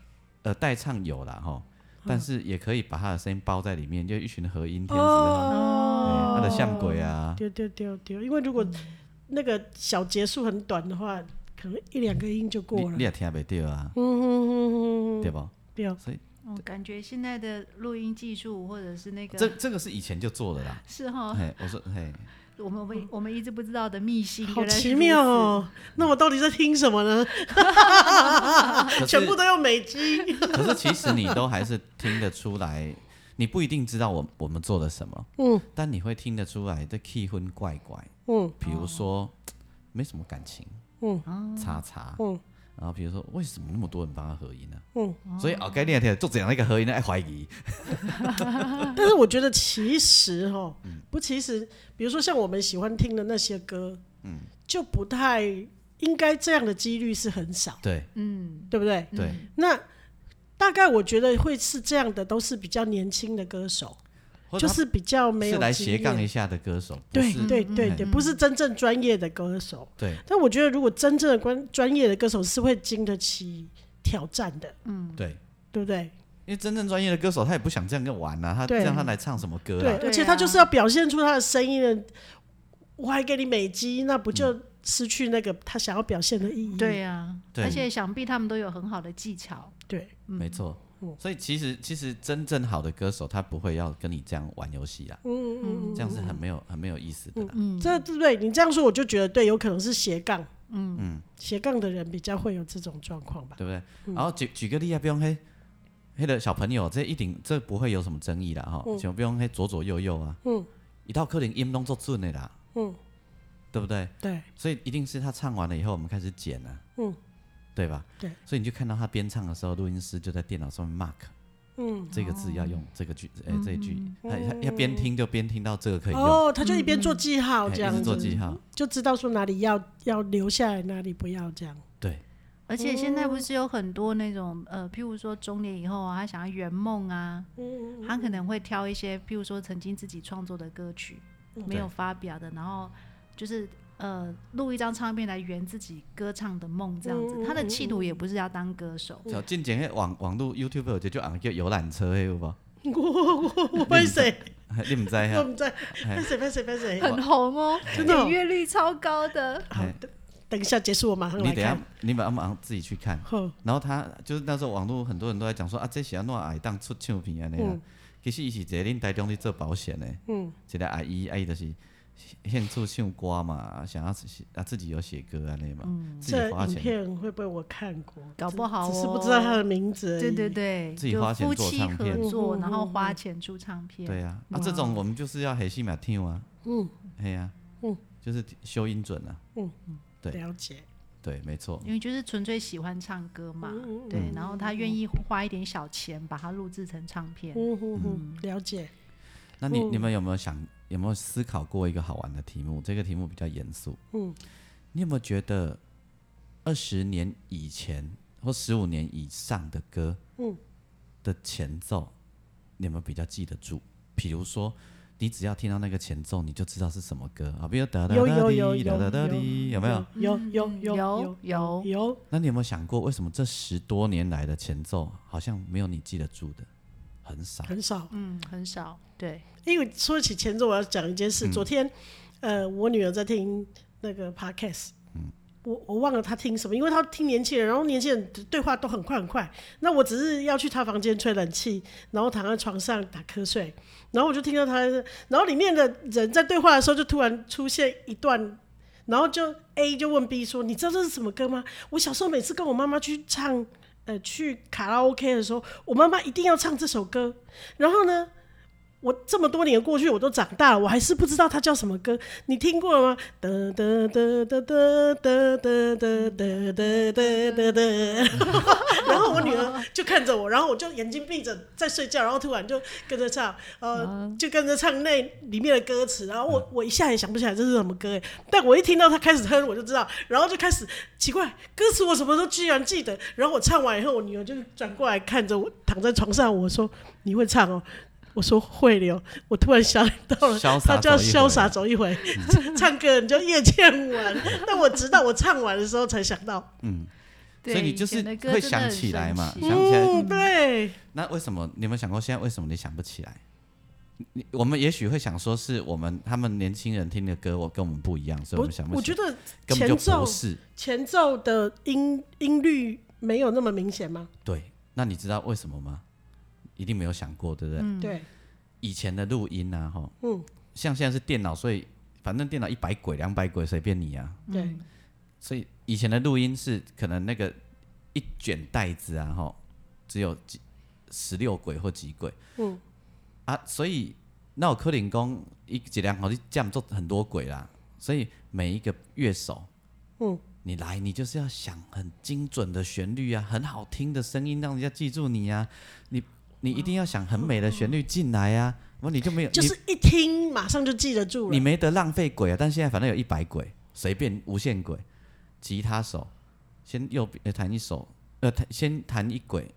Speaker 1: 呃，代唱有啦吼，但是也可以把它的声音包在里面，就一群和音天使，
Speaker 2: 哦
Speaker 1: 哎，它的像鬼啊，
Speaker 2: 丢丢丢丢，因为如果那个小节数很短的话，可能一两个音就
Speaker 1: 你
Speaker 2: 过了
Speaker 1: 你。也听不到啊，
Speaker 2: 嗯哼哼哼
Speaker 1: 对
Speaker 2: 哼，
Speaker 1: 不？
Speaker 2: 对哦，
Speaker 1: 所以
Speaker 3: 我感觉现在的录音技术或者是那
Speaker 1: 这
Speaker 3: 个
Speaker 1: 这个是以前就做的啦。
Speaker 3: 是
Speaker 2: 哦
Speaker 3: 哈，
Speaker 2: 嗯
Speaker 1: 嘿，我说嘿，
Speaker 3: 我们我们我们一直不知道的秘辛，
Speaker 2: 好
Speaker 3: 原来是
Speaker 2: 奇
Speaker 3: 如
Speaker 2: 妙
Speaker 3: 此，
Speaker 2: 哦。那我到底在听什么呢？
Speaker 1: 可是
Speaker 2: 全部都用美肌。
Speaker 1: 可是其实你都还是听得出来，你不一定知道我我们做了什么，
Speaker 2: 嗯
Speaker 1: 但你会听得出来这气氛怪怪，
Speaker 2: 嗯
Speaker 1: 比如说、没什么感情，
Speaker 2: 嗯
Speaker 1: 叉叉，
Speaker 2: 嗯
Speaker 1: 然后比如说为什么那么多人帮他合音呢、
Speaker 2: 嗯。
Speaker 1: 所以啊，该练的做怎样一个合音呢？爱怀疑，
Speaker 2: 但是我觉得其实哈，不其实，比如说像我们喜欢听的那些歌，嗯，就不太应该这样的几率是很少，
Speaker 1: 对
Speaker 3: 嗯，
Speaker 2: 对不对？
Speaker 1: 对，
Speaker 2: 那大概我觉得会是这样的，都是比较年轻的歌手，
Speaker 1: 或
Speaker 2: 就
Speaker 1: 者他
Speaker 2: 是比较没有
Speaker 1: 是来
Speaker 2: 经
Speaker 1: 斜
Speaker 2: 验
Speaker 1: 杠一下的歌手，不
Speaker 2: 对
Speaker 1: 是
Speaker 2: 对对对，
Speaker 1: 嗯
Speaker 2: 不是真正专业的歌手。
Speaker 1: 对
Speaker 2: 但我觉得，如果真正的专专业的歌手是会经得起挑战的，
Speaker 1: 对，
Speaker 2: 对不对？
Speaker 1: 因为真正专业的歌手他也不想这样跟玩啊，他
Speaker 2: 对
Speaker 1: 这样他来唱什么歌
Speaker 2: 对，
Speaker 1: 啊？
Speaker 2: 而且他就是要表现出他的声音的，我还给你美肌，那不
Speaker 1: 嗯
Speaker 2: 就失去那个他想要表现的意义？
Speaker 3: 嗯对呀、
Speaker 1: 对
Speaker 3: 而且想必他们都有很好的技巧，
Speaker 2: 对，
Speaker 1: 没错。
Speaker 2: 嗯
Speaker 1: 所以其实其实真正好的歌手他不会要跟你这样玩游戏啦，
Speaker 2: 嗯嗯
Speaker 1: 这样是很没有很没有意思的啦。
Speaker 2: 嗯，这对不对？你这样说，我就觉得对，有可能是斜杠，嗯嗯，斜杠的人比较会有这种状况吧？
Speaker 1: 对不对？
Speaker 2: 嗯
Speaker 1: 然后举举个例啊，比方嘿，嘿的小朋友，这一定这不会有什么争议啦哈，
Speaker 2: 嗯
Speaker 1: 像比方嘿左左右右啊，嗯，一套可能音拢做准的啦，
Speaker 2: 嗯，
Speaker 1: 对不对？
Speaker 2: 对，
Speaker 1: 所以一定是他唱完了以后，我们开始剪啊，
Speaker 2: 嗯，
Speaker 1: 对吧？
Speaker 2: 对，
Speaker 1: 所以你就看到他边唱的时候，录音师就在电脑上面 mark
Speaker 2: 嗯，
Speaker 1: 这个字要用这个句，哎，这一句，他他要边听就边听到这个可以用，
Speaker 2: 哦，他就一边做记号
Speaker 1: 哎
Speaker 2: 这
Speaker 1: 一直
Speaker 2: 样
Speaker 1: 做
Speaker 2: 子，
Speaker 1: 记号，
Speaker 2: 就知道说哪里要要留下来，哪里不要这样。
Speaker 1: 对，
Speaker 3: 而且现在不是有很多那种呃，譬如说中年以后啊，他想要圆梦啊，
Speaker 2: 嗯
Speaker 3: 他可能会挑一些，譬如说曾经自己创作的歌曲
Speaker 2: 嗯
Speaker 3: 没有发表的，然后就是呃录一张唱片来圆自己歌唱的梦，这
Speaker 2: 嗯
Speaker 3: 样子。他的企图也不是要当歌手，
Speaker 1: 小进前迄网网络 YouTube 有一种红叫游览车迄有无？
Speaker 2: 我拍
Speaker 1: 嗯
Speaker 2: 谁？
Speaker 1: 你唔知
Speaker 2: 我
Speaker 1: 啊？
Speaker 2: 们在拍谁？拍谁？拍谁？
Speaker 3: 很红哦，
Speaker 2: 真的哦
Speaker 3: 点阅率超高的。
Speaker 2: 好
Speaker 1: 嘿
Speaker 2: 的，等一下结束，我马上
Speaker 1: 哎你
Speaker 2: 来
Speaker 1: 等一下
Speaker 2: 看。，
Speaker 1: 你马上自己去看。
Speaker 2: 好，
Speaker 1: 然后他就是那时候网络很多人都在讲说啊，这是安怎矮当出唱片安尼啊
Speaker 2: 嗯。
Speaker 1: 其实伊是一个恁台中咧做保险的，
Speaker 2: 嗯
Speaker 1: 一个阿姨，阿姨就是兴趣唱歌嘛，啊想要自己啊自己有写歌安尼嘛，自
Speaker 2: 嗯这
Speaker 1: 己花
Speaker 2: 影
Speaker 1: 钱。
Speaker 2: 片会不会我看过？
Speaker 3: 搞不好
Speaker 2: 只是不
Speaker 3: 哦
Speaker 2: 知道他的名字而已。
Speaker 3: 对对对，
Speaker 1: 自己
Speaker 3: 就
Speaker 1: 花钱
Speaker 3: 夫
Speaker 1: 做
Speaker 3: 妻
Speaker 1: 唱
Speaker 3: 合
Speaker 1: 片
Speaker 3: 作，
Speaker 2: 嗯
Speaker 3: 然后花钱出唱片。
Speaker 1: 对啊，啊这种我们就是要黑戏嘛听啊，
Speaker 2: 嗯，
Speaker 1: 嘿啊，
Speaker 2: 嗯
Speaker 1: 就是修音准啊，对
Speaker 2: 了解。
Speaker 1: 对，没错，
Speaker 3: 因为就是纯粹喜欢唱歌嘛，对，然后他愿意花一点小钱把它录制成唱片。
Speaker 2: 嗯哼哼，了解。
Speaker 1: 那
Speaker 3: 嗯
Speaker 1: 你你们有没有想有没有思考过一个好玩的题目？这个题目比较严肃。
Speaker 2: 嗯，
Speaker 1: 你有没有觉得二十年以前或十五年以上的歌，
Speaker 2: 嗯，
Speaker 1: 的前奏，你们比较记得住？比如说，你只要听到那个前奏，你就知道是什么歌啊，比如哒哒哒
Speaker 2: 有有有
Speaker 1: 滴
Speaker 2: 有
Speaker 1: 哒哒哒滴，有没有？？
Speaker 2: 有有有
Speaker 3: 嗯有
Speaker 2: 嗯有
Speaker 3: 有
Speaker 2: 有。
Speaker 1: 那你有没有想过，为什么这十多年来的前奏好像没有你记得住的，很少？
Speaker 2: 很少，
Speaker 3: 嗯，很少。对，
Speaker 2: 因为说起前奏，我要讲一件事。昨天，呃，我女儿在听那个 podcast，我我忘了他听什么，因为他听年轻人，然后年轻人对话都很快很快。那我只是要去他房间吹冷气，然后躺在床上打瞌睡，然后我就听到他，然后里面的人在对话的时候就突然出现一段，然后就 A 就问 B 说：“你知道这是什么歌吗？”我小时候每次跟我妈妈去唱，呃，去卡拉 OK 的时候，我妈妈一定要唱这首歌。然后呢，我这么多年过去，我都长大了，我还是不知道它叫什么歌。你听过了吗？哒哒哒哒哒哒哒哒哒哒哒哒。 然后我女儿就看着我，然后我就眼睛闭着在睡觉，然后突然就跟着唱，呃，就跟着唱那里面的歌词。然后我我一下也想不起来这是什么歌哎，但我一听到她开始哼，我就知道，然后就开始奇怪，歌词我什么都居然记得。然后我唱完以后，我女儿就转过来看着我，躺在床上，我说：“你会唱哦。”我说会了哦，我突然想到了，
Speaker 1: 潇洒
Speaker 2: 他叫
Speaker 1: 走一
Speaker 2: 潇
Speaker 1: 回嗯
Speaker 2: 洒走一回，唱歌你叫叶倩文。但我直到我唱完的时候才想到，
Speaker 3: 对
Speaker 1: 所以你就是
Speaker 3: 以前的歌
Speaker 1: 会
Speaker 3: 真的
Speaker 1: 想
Speaker 3: 很
Speaker 1: 起来
Speaker 3: 神
Speaker 1: 嘛
Speaker 3: 奇
Speaker 1: 想起来
Speaker 2: 嗯，对，
Speaker 1: 那为什么你有没有想过，现在为什么你想不起来？你我们也许会想说，是我们他们年轻人听的歌，我跟我们不一样，所以我
Speaker 2: 我
Speaker 1: 们想不
Speaker 2: 我
Speaker 1: 起
Speaker 2: 觉
Speaker 1: 来。
Speaker 2: 得
Speaker 1: 根本就
Speaker 2: 前奏
Speaker 1: 不是。
Speaker 2: 前奏的音音律没有那么明显嘛，
Speaker 1: 对，那你知道为什么吗？一定没有想过，对不对？
Speaker 2: 对，
Speaker 1: 以前的录音啊，哈，
Speaker 2: 嗯，
Speaker 1: 像现在是电脑，所以反正电脑一百轨、两百轨随便你啊。
Speaker 2: 对，
Speaker 1: 所以以前的录音是可能那个一卷带子啊，哈，只有几十六轨或几轨，
Speaker 2: 嗯，
Speaker 1: 啊，所以那我柯林工一几两好就这样做很多轨啦，所以每一个乐手，
Speaker 2: 嗯，
Speaker 1: 你来你就是要想很精准的旋律啊，很好听的声音让人家记住你啊，你你一定要想很美的旋律进来啊，我你就没有
Speaker 2: 就
Speaker 1: 你
Speaker 2: 是一听马上就记得住
Speaker 1: 你
Speaker 2: 了。
Speaker 1: 没得浪费鬼啊！但现在反正有一百鬼，随便无限鬼，吉他手先右边呃弹一首，呃弹先弹一鬼，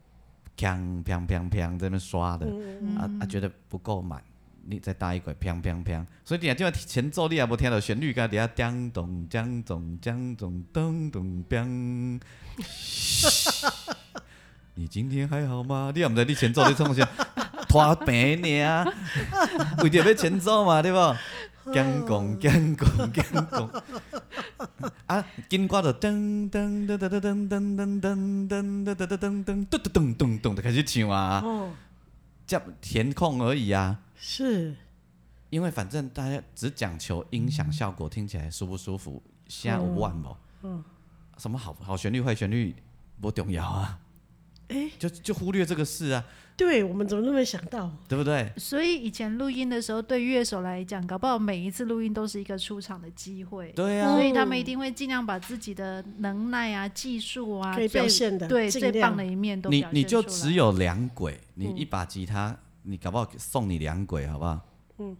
Speaker 1: 砰砰砰砰在那边刷的，啊啊觉得不够满，你再搭一鬼，砰砰砰，所以你啊就要前奏你也无听到旋律，噶底下叮咚叮咚叮咚咚咚砰。你今天还好吗？你也不知道你前奏在创啥，拖平你啊，为着要前奏嘛，对不？讲讲讲讲讲讲，啊，金瓜就噔噔噔噔噔噔噔噔噔噔噔噔噔噔噔噔噔噔噔就开始唱啊，
Speaker 2: 哦，
Speaker 1: 这填空而已啊，
Speaker 2: 是，
Speaker 1: 因为反正大家只讲求音响效果，听起来舒不舒服，下五万哦，什么好好旋律坏旋律不重要啊，
Speaker 2: 哎，
Speaker 1: 就就忽略这个事啊，
Speaker 2: 对我们怎么都没想到？
Speaker 1: 对不对？
Speaker 3: 所以以前录音的时候，对乐手来讲，搞不好每一次录音都是一个出场的机会。
Speaker 1: 对啊，
Speaker 3: 所以他们一定会尽量把自己的能耐啊、技术啊，
Speaker 2: 可以
Speaker 3: 最
Speaker 2: 表现的
Speaker 3: 对
Speaker 2: 尽
Speaker 3: 最
Speaker 2: 量
Speaker 3: 棒的一面都
Speaker 1: 你
Speaker 3: 表现
Speaker 1: 你就
Speaker 3: 出来嗯
Speaker 1: 只有两轨，你一把吉他，你搞不好送你两轨，好不好？嗯。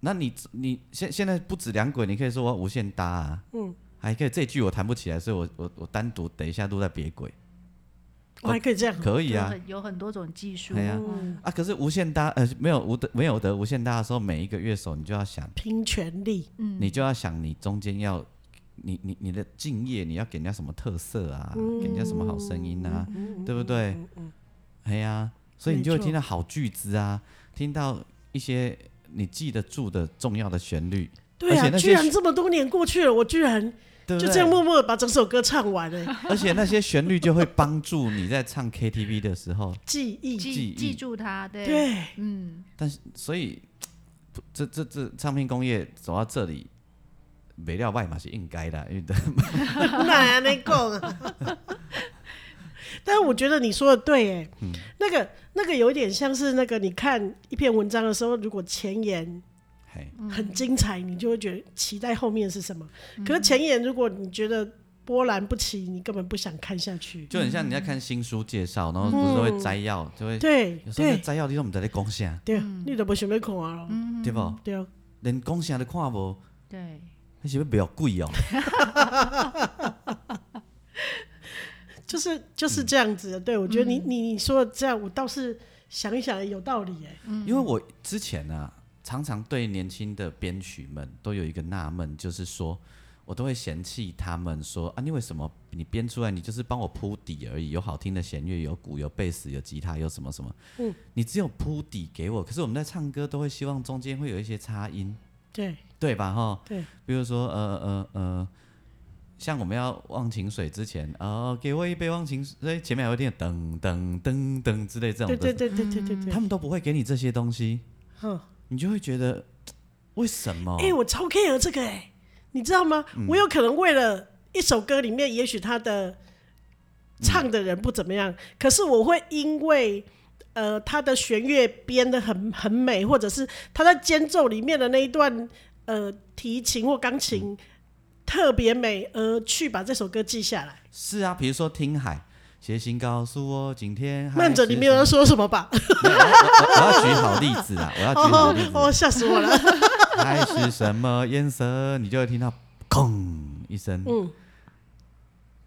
Speaker 1: 那你你现现在不止两轨，你可以说我无限搭啊。嗯。还可以这句我弹不起来，所以我我我单独等一下录在别轨，
Speaker 2: 我还可以这样，
Speaker 1: 可以
Speaker 3: 有
Speaker 1: 啊。
Speaker 3: 很有很多种技术。
Speaker 1: 哎呀、
Speaker 2: 嗯
Speaker 1: 啊，可是无限搭呃没有无的没有的无限搭的时候，每一个乐手你就要想，
Speaker 2: 拼全力，
Speaker 1: 你就要想你中间要。你你你的敬业，你要给人家什么特色啊？
Speaker 2: 嗯
Speaker 1: 给人家什么好声音啊？对不对？哎呀、所以你就会
Speaker 2: 没错
Speaker 1: 听到好句子啊，听到一些你记得住的重要的旋律，
Speaker 2: 对
Speaker 1: 而且
Speaker 2: 啊，
Speaker 1: 那些
Speaker 2: 居然这么多年过去了，我居然
Speaker 1: 对不
Speaker 2: 就
Speaker 1: 对？
Speaker 2: 这样默默地把整首歌唱完 了，
Speaker 1: 而且那些旋律就会帮助你在唱 KTV 的时候，
Speaker 2: 记忆，
Speaker 1: 记
Speaker 3: 记
Speaker 1: 忆
Speaker 3: 记住它，对，
Speaker 2: 对，
Speaker 3: 嗯，
Speaker 1: 但是所以这这这唱片工业走到这里，没料外嘛是应该的啊，因为的
Speaker 2: 哪安尼讲啊？但是我觉得你说的对，哎、那个那个有一点像是那个，你看一篇文章的时候，如果前言
Speaker 1: 嘿，
Speaker 2: 很精彩，你就会觉得期待后面是什么。可是前言如果你觉得波澜不起，你根本不想看下去。
Speaker 1: 就很像你在看新书介绍，然后不是都
Speaker 2: 嗯
Speaker 1: 会摘要，就会
Speaker 2: 对
Speaker 1: 有时候那嗯
Speaker 2: 对
Speaker 1: 摘要你都唔知在讲啥，
Speaker 2: 对，你都不想要看啊、
Speaker 1: 对不？
Speaker 2: 对啊，
Speaker 1: 连讲啥都看无，
Speaker 3: 对，
Speaker 1: 那是不是要贵哦？
Speaker 2: 就是就是
Speaker 1: 嗯
Speaker 2: 这样子的。对我觉得你你你说的这样，我倒是想一想有道理哎、
Speaker 1: 因为我之前啊，常常对年轻的编曲们都有一个纳闷，就是说我都会嫌弃他们说啊，你为什么你编出来你就是帮我铺底而已，有好听的弦乐，有鼓，有贝斯，有吉他，有什么什么，嗯，你只有铺底给我。可是我们在唱歌都会希望中间会有一些插音，
Speaker 2: 对
Speaker 1: 对吧？哈，
Speaker 2: 对，
Speaker 1: 比如说呃呃呃像我们要忘情水之前，哦，给我一杯忘情水，前面还会听噔噔噔噔之类这种嗯
Speaker 2: 对
Speaker 1: 的，
Speaker 2: 对对对对对对
Speaker 1: 他，们都不会给你这些东西，
Speaker 2: 嗯，
Speaker 1: 你就会觉得为什么？
Speaker 2: 哎、我超 care 这个哎、你知道吗？我有可能为了一首歌里面，也许他的唱的人不怎么样，可是我会因为呃他的弦乐编的很很美，或者是他在间奏里面的那一段呃提琴或钢
Speaker 1: 嗯
Speaker 2: 琴特别美，而去把这首歌记下来。
Speaker 1: 是啊，比如说听海，写信告诉我哦今天海
Speaker 2: 慢着，
Speaker 1: 是
Speaker 2: 你没有要说什么吧？
Speaker 1: 没有我我我要举好例子啊，我要举好
Speaker 2: 哦
Speaker 1: 例子。
Speaker 2: 哦，吓死我了！
Speaker 1: 海是什么颜色？你就会听到砰一声，
Speaker 2: 嗯，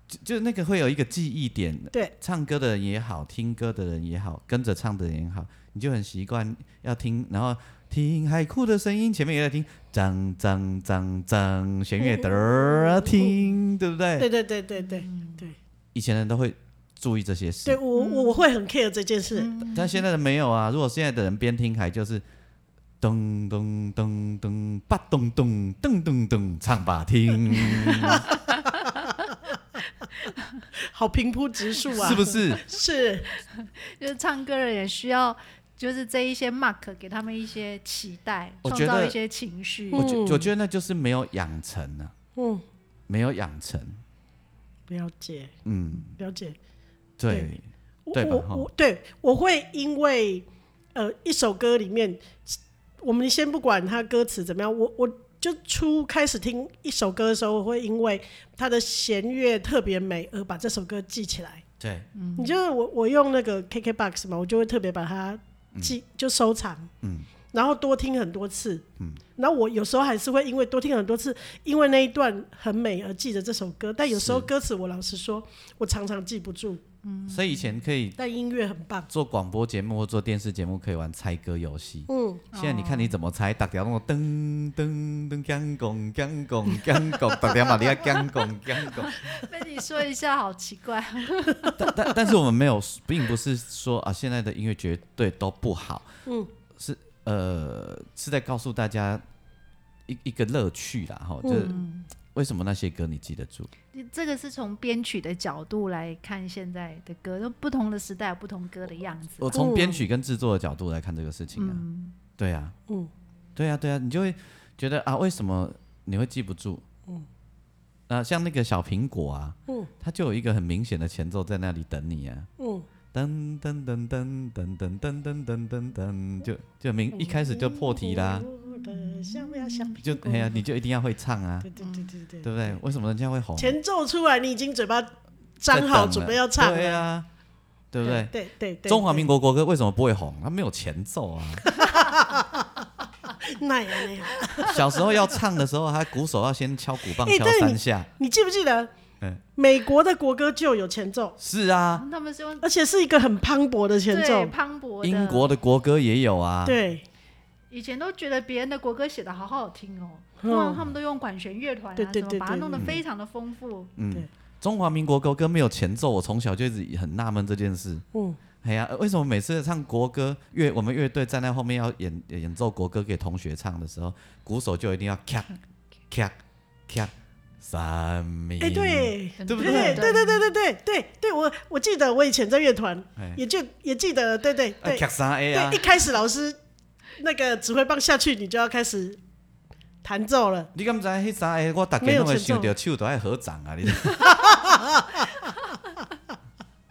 Speaker 1: 就就那个会有一个记忆点。
Speaker 2: 对，
Speaker 1: 唱歌的人也好，听歌的人也好，跟着唱的人也好，你就很习惯要听，然后听海哭的声音，前面也在听，张张张张，弦乐的儿听，对不对？
Speaker 2: 对对对对对
Speaker 1: 嗯
Speaker 2: 对
Speaker 1: 以前人都会注意这些事
Speaker 2: 对，，我我我会很 care 这件事。
Speaker 1: 但现在的没有啊。如果现在的人边听海就是咚咚咚咚吧咚咚咚咚咚，唱吧听，
Speaker 2: 好平铺直述啊，
Speaker 1: 是不？是？
Speaker 2: 是，
Speaker 3: 就是唱歌人也需要，就是这一些 mark 给他们一些期待，
Speaker 1: 我
Speaker 3: 创
Speaker 1: 觉
Speaker 3: 造
Speaker 1: 得
Speaker 3: 一些情绪。
Speaker 1: 我觉我觉得那就是没有养成啊，
Speaker 2: 嗯，
Speaker 1: 没有养成，
Speaker 2: 了解，
Speaker 1: 嗯，
Speaker 2: 了解。
Speaker 1: 对，
Speaker 2: 我
Speaker 1: 对吧
Speaker 2: 我
Speaker 1: 哈
Speaker 2: 我对我会因为呃一首歌里面，我们先不管它歌词怎么样，我我就初开始听一首歌的时候，我会因为它的弦乐特别美而把这首歌记起来。
Speaker 1: 对，
Speaker 2: 你就是我我用那个 KKBox 嘛，我就会特别把它记、就收藏，
Speaker 1: 嗯，
Speaker 2: 然后多听很多次，嗯，然后我有时候还是会因为多听很多次，因为那一段很美而记得这首歌，但有时候
Speaker 1: 是
Speaker 2: 歌词我老实说，我常常记不住，
Speaker 1: 所以以前可以
Speaker 2: 但音乐很棒，
Speaker 1: 做广播节目或做电视节目，可以玩猜歌游戏。
Speaker 2: 嗯，
Speaker 1: 现在你看你怎么猜，打条那种噔噔噔，姜拱姜拱姜拱，打条嘛，你要姜拱姜拱。
Speaker 3: 被你说一下，好奇怪。哦
Speaker 1: 但但但是我们没有，并不是说啊，现在的音乐绝对都不好，
Speaker 2: 嗯，
Speaker 1: 是呃是在告诉大家一一个乐趣啦，哈，就是
Speaker 3: 嗯，
Speaker 1: 为什么那些歌你记得住？
Speaker 3: 这个是从编曲的角度来看现在的歌，那不同的时代有不同歌的样子
Speaker 1: 我
Speaker 3: 啊。
Speaker 1: 从
Speaker 2: 哦
Speaker 1: 编曲跟制作的角度来看这个事情啊，对啊，
Speaker 2: 嗯
Speaker 1: 对啊，对啊，你就会觉得啊，为什么你会记不住？嗯，啊，像那个小苹果啊，
Speaker 2: 嗯
Speaker 1: 它就有一个很明显的前奏在那里等你啊，
Speaker 2: 嗯，
Speaker 1: 噔噔噔噔噔噔噔噔噔噔噔，就就明一开始就破题啦，
Speaker 2: 我的香呀香苹
Speaker 1: 就
Speaker 2: 果
Speaker 1: 哎呀，你就一定要会唱啊，
Speaker 2: 对对对对对
Speaker 1: 对不对？为什么人家会红？
Speaker 2: 前奏出来，你已经嘴巴张好
Speaker 1: 在等了啊
Speaker 2: 准备要唱
Speaker 1: 对
Speaker 2: 了，
Speaker 1: 啊，对不对？
Speaker 2: 对对对，
Speaker 1: 中华民
Speaker 2: 国
Speaker 1: 国国歌为什么不会红？它没有前奏啊。
Speaker 2: 那样那样，
Speaker 1: 小时候要唱的时候，他鼓手要先敲鼓棒
Speaker 2: 哎
Speaker 1: 敲
Speaker 2: 对
Speaker 1: 三下。
Speaker 2: 你记不记得
Speaker 1: 嗯，
Speaker 2: 美国的国歌就有前奏？
Speaker 1: 是啊，
Speaker 3: 他们是用
Speaker 2: 而且是一个很磅礴的前
Speaker 3: 对
Speaker 2: 奏。
Speaker 3: 磅礴的。
Speaker 1: 英国的国歌也有啊。，
Speaker 2: 对
Speaker 3: 以前都觉得别人的国歌写的好好听哦，
Speaker 2: 嗯
Speaker 3: 哇，他们都用管弦乐团
Speaker 2: 对
Speaker 3: 啊
Speaker 2: 对
Speaker 3: 什么，
Speaker 2: 对
Speaker 3: 把它
Speaker 2: 对
Speaker 3: 弄得
Speaker 2: 嗯
Speaker 3: 非常的丰富。
Speaker 2: 对
Speaker 1: 嗯，中华民国国歌没有前奏，我从小就一直很纳闷这件事。
Speaker 2: 嗯，
Speaker 1: 哎呀，为什么每次唱国歌乐，我们乐队站在后面要演演奏国歌给同学唱的时候，鼓手就一定要咔咔咔三米。
Speaker 2: 哎，，对，
Speaker 3: 对
Speaker 1: 对不
Speaker 2: 对对对对对对对对，我我记得我以前在乐团
Speaker 1: 哎，
Speaker 2: 也就也记得，对对
Speaker 1: 啊
Speaker 2: 对
Speaker 1: 咔三 A 啊
Speaker 2: 对，一，开始老师那个指挥棒下去，你就要开始弹奏了。
Speaker 1: 你敢知迄三个我大
Speaker 2: 没
Speaker 1: 家
Speaker 2: 有
Speaker 1: 拢会
Speaker 2: 前奏
Speaker 1: 想到手都爱合掌啊，你知道吗。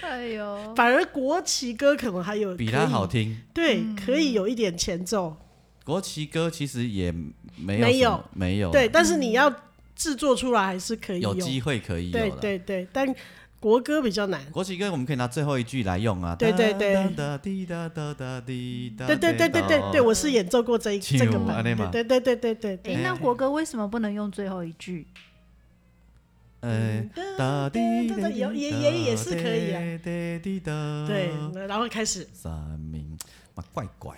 Speaker 3: 哎呦，
Speaker 2: 反而国旗歌可能还有
Speaker 1: 比
Speaker 2: 可
Speaker 1: 他
Speaker 2: 以
Speaker 1: 好听。
Speaker 2: 对，可以有一点前奏，
Speaker 1: 国旗歌其实也没有
Speaker 2: 没
Speaker 1: 什
Speaker 2: 有
Speaker 1: 么没有啊
Speaker 2: 对，但是你要制作出来还是可以
Speaker 1: 有机会可以有
Speaker 2: 对
Speaker 1: 了。
Speaker 2: 对对，但国歌比较难。
Speaker 1: 国旗歌我们可以拿最后一句来用啊。
Speaker 2: 对对对
Speaker 1: 哒哒滴哒哒哒滴哒。
Speaker 2: 对对对对对对，我是演奏过这一这个
Speaker 1: 像
Speaker 2: 版
Speaker 1: 啊安尼
Speaker 2: 本，
Speaker 1: 嘛
Speaker 2: 对对对对对对。
Speaker 3: 哎，那国歌为什么不能用最后一句？
Speaker 1: 呃，哒滴
Speaker 2: 嗯对对有也也也是可以啊。
Speaker 1: 哒滴哒。
Speaker 2: 对，
Speaker 1: 嗯
Speaker 2: 然后开始，
Speaker 1: 三明嘛怪怪，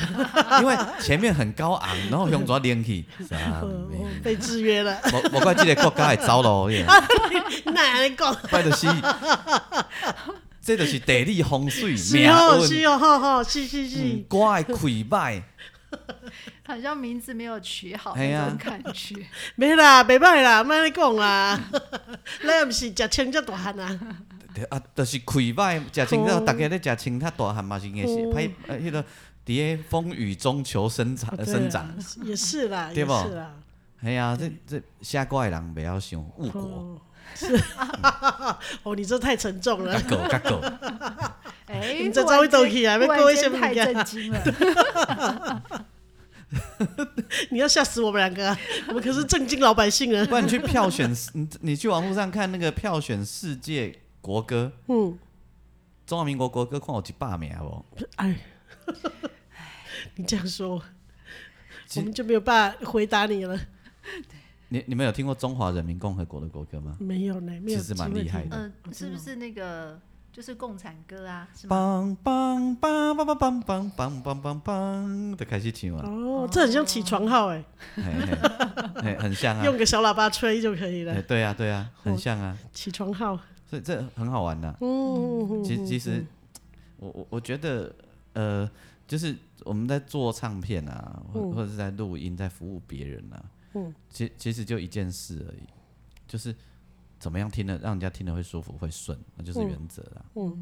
Speaker 1: 因为前面很高昂，然后用咗连起三
Speaker 2: 呃，
Speaker 1: 明
Speaker 2: 我。被制约了，
Speaker 1: 莫莫怪这个国家会走路，你知道吗
Speaker 2: 那还讲？
Speaker 1: 怪就是，这就是地理风 水
Speaker 2: 是
Speaker 1: 命
Speaker 2: 哦，
Speaker 1: 运嗯
Speaker 2: 是。哦，哈哈，是是是
Speaker 1: 嗯，，歌的溃歹，
Speaker 3: 好像名字没有取好
Speaker 1: 哎呀
Speaker 3: 那种感觉。
Speaker 2: 没啦，袂歹啦，莫安尼讲啦， 咱也毋是食青才大汉啊，
Speaker 1: 对啊，就是开歹，食清淡，大家咧食清淡，大汉嘛是硬是
Speaker 2: 嗯
Speaker 1: 歹，呃，迄个伫个风雨中求生长
Speaker 2: 对啊
Speaker 1: 生长。
Speaker 2: 也是啦，
Speaker 1: 对
Speaker 2: 也
Speaker 1: 不
Speaker 2: 是啦，
Speaker 1: 系啊，这这写歌的人袂晓想误国、
Speaker 2: 哦，是， 哦，你这太沉重了
Speaker 1: 甲。狗、甲狗，
Speaker 3: 哎、
Speaker 2: 你这走一走去啊
Speaker 3: 忽然间
Speaker 2: 要过一些
Speaker 3: 忽
Speaker 2: 物
Speaker 3: 然
Speaker 2: 件
Speaker 3: 间太震惊 了。
Speaker 2: 你要吓死我们两个、啊，我们可是正经老百姓啊。
Speaker 1: 不然你去票选，你你去网络上看那个票选世界国歌，
Speaker 2: 嗯，
Speaker 1: 中华民国国歌看有一百名无？
Speaker 2: 哎，你这样说，
Speaker 1: 其
Speaker 2: 我们就没有办法回答你了。
Speaker 1: 你你们有听过中华人民共和国的国歌吗？
Speaker 2: 没有呢，没有
Speaker 1: 其实
Speaker 2: 机
Speaker 1: 蛮
Speaker 2: 会
Speaker 1: 厉害
Speaker 2: 听
Speaker 1: 的
Speaker 3: 嗯、是不是那个就是共产歌啊？是吗？
Speaker 1: 梆梆梆梆梆梆梆梆梆梆就开始唱啊，
Speaker 2: 哦，这很像起床号哎、
Speaker 1: 嘿嘿嘿，很像啊
Speaker 2: 用，个小喇叭吹就可以
Speaker 1: 哎
Speaker 2: 了。
Speaker 1: 对啊对啊，很像啊，
Speaker 2: 起床号，
Speaker 1: 所以这很好玩呐、
Speaker 2: 嗯，
Speaker 1: 其其实，我我我觉得，呃，就是我们在做唱片啊，或、或者是在录音，在服务别人啊，嗯，其其实就一件事而已，就是怎么样听了，让人家听了会舒服会顺，那就是原则啦。嗯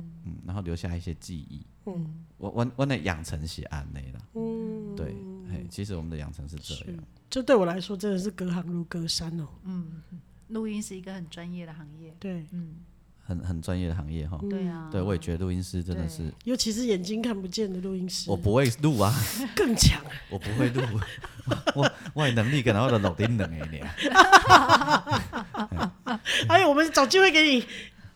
Speaker 1: 然后留下一些记忆。嗯，我我我的养成是安内啦。嗯，对，嘿，其实我们的养成是这样。
Speaker 2: 这对我来说真的是隔行如隔山哦。
Speaker 3: 录音是一个很专业的行业。
Speaker 2: 对，
Speaker 1: 很很专业的行业哈，
Speaker 2: 嗯
Speaker 3: 对啊，
Speaker 1: 对我也觉得录音师真的
Speaker 3: 对
Speaker 1: 是，
Speaker 2: 尤其是眼睛看不见的录音师
Speaker 1: 我不会录啊，
Speaker 2: 更强。
Speaker 1: 我不会录， 我我我的能力可能我的脑顶能诶俩。
Speaker 2: 哎，我们找机会给你，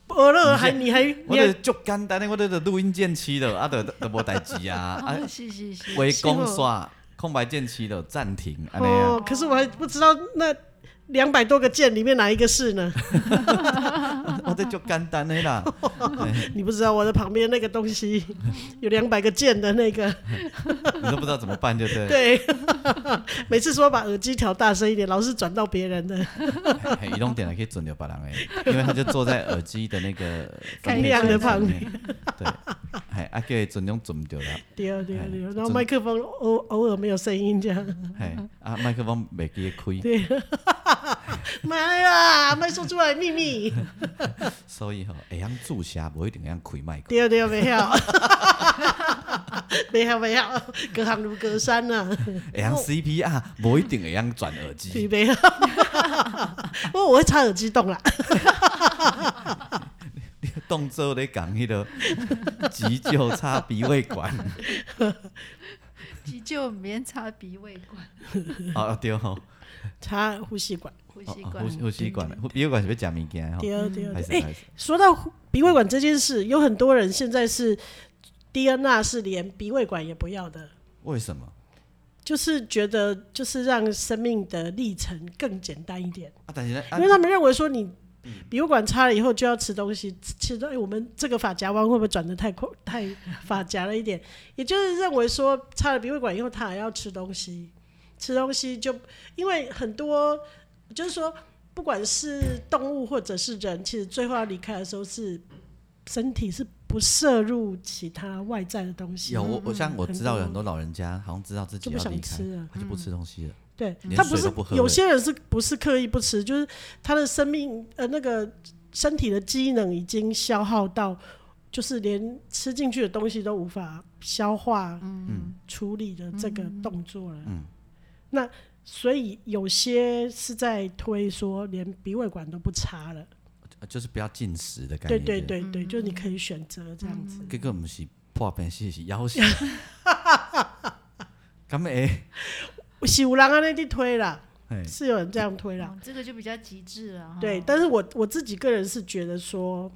Speaker 2: 俄勒还你还你
Speaker 1: 我就
Speaker 2: 还
Speaker 1: 足简单的，哎我就就录音键期了，啊，就就无代志啊， 啊，
Speaker 2: 哎
Speaker 3: 啊，是是是，
Speaker 1: 围攻刷空白键期了，暂停，安尼啊，
Speaker 2: 哦，可是我还不知道那两百多个键里面哪一个是 呢？
Speaker 1: 啊我这足简单的啦，
Speaker 2: 你不知道我的旁边那个东西有两百个键的那个，
Speaker 1: 你都不知道怎么办，对不 对？
Speaker 2: 对，每次说把耳机调大声一点，老是转到别人的，
Speaker 1: 嘿移动点还可以准留别人诶，因为他就坐在耳机的那个
Speaker 3: 开
Speaker 1: 分配
Speaker 3: 亮的
Speaker 1: 键上
Speaker 2: 旁
Speaker 1: 面，对，哎，啊，叫伊准用准着啦，
Speaker 2: 对对对，
Speaker 1: 哎
Speaker 2: 然后麦克风偶偶尔没有声音这样，
Speaker 1: 嘿，啊，麦克风袂记得
Speaker 2: 对， 妈呀，麦说出来秘密，
Speaker 1: 开，所以吼，会晓注射，无一定会晓开麦克，
Speaker 2: 对对没有， 没有没有，隔行如隔山呐、啊。
Speaker 1: 会晓 CPR，无一定会晓转耳
Speaker 2: 举
Speaker 1: 机，
Speaker 2: 杯， 不过我会插耳机洞啦，
Speaker 1: 动作咧讲迄个 急救插鼻胃 管。
Speaker 3: 急救免插鼻胃管、
Speaker 1: 哦，对吼，
Speaker 2: 插呼吸管。
Speaker 3: 呼
Speaker 1: 哦
Speaker 3: 吸
Speaker 1: 哦
Speaker 3: 管、
Speaker 1: 呼吸呼吸管，鼻胃管是要食物件的吼，
Speaker 2: 对对
Speaker 1: 哦
Speaker 2: 对，
Speaker 1: 还是
Speaker 2: 哎、
Speaker 1: 还是
Speaker 2: 说到呼鼻胃管这件事，有很多人现在是第二纳是连鼻胃管也不要的，
Speaker 1: 为什么？
Speaker 2: 就是觉得就是让生命的历程更简单一点，
Speaker 1: 啊，但是呢，啊嗯
Speaker 2: 因为他们认为说你。鼻胃管插了以后就要吃东西，吃吃到、哎我们这个发夹弯会不会转的太快 太发夹了一点？也就是认为说插了鼻胃管以后，他还要吃东西，吃东西就因为很多就是说，不管是动物或者是人，其实最后要离开的时候是身体是不摄入其他外在的东西
Speaker 1: 有，我我像我
Speaker 2: 嗯很
Speaker 1: 知道有
Speaker 2: 多
Speaker 1: 很多老人家好像知道自己
Speaker 2: 就不
Speaker 1: 要
Speaker 2: 想
Speaker 1: 离开
Speaker 2: 吃了，嗯
Speaker 1: 他就不吃东西了，
Speaker 2: 对
Speaker 1: 连
Speaker 2: 他
Speaker 1: 水
Speaker 2: 不是
Speaker 1: 都不喝
Speaker 2: 有
Speaker 1: 了
Speaker 2: 些人是不是刻意不吃，就是他的生命呃那个身体的机能已经消耗到，就是连吃进去的东西都无法消化、
Speaker 1: 嗯
Speaker 2: 处理的这个动作了。那所以有些是在推说连鼻胃管都不插了。
Speaker 1: 呃就是不要进食的概
Speaker 2: 对
Speaker 1: 念。
Speaker 2: 对，对对，就是你可以选择这样子。
Speaker 1: 这个不是破病是是夭 寿。咁诶，
Speaker 2: 喜五郎啊那地推啦，
Speaker 1: 嘿
Speaker 2: 是有人这样推啦。
Speaker 3: 哦这个就比较极致了。哈
Speaker 2: 对，但是我我自己个人是觉得说，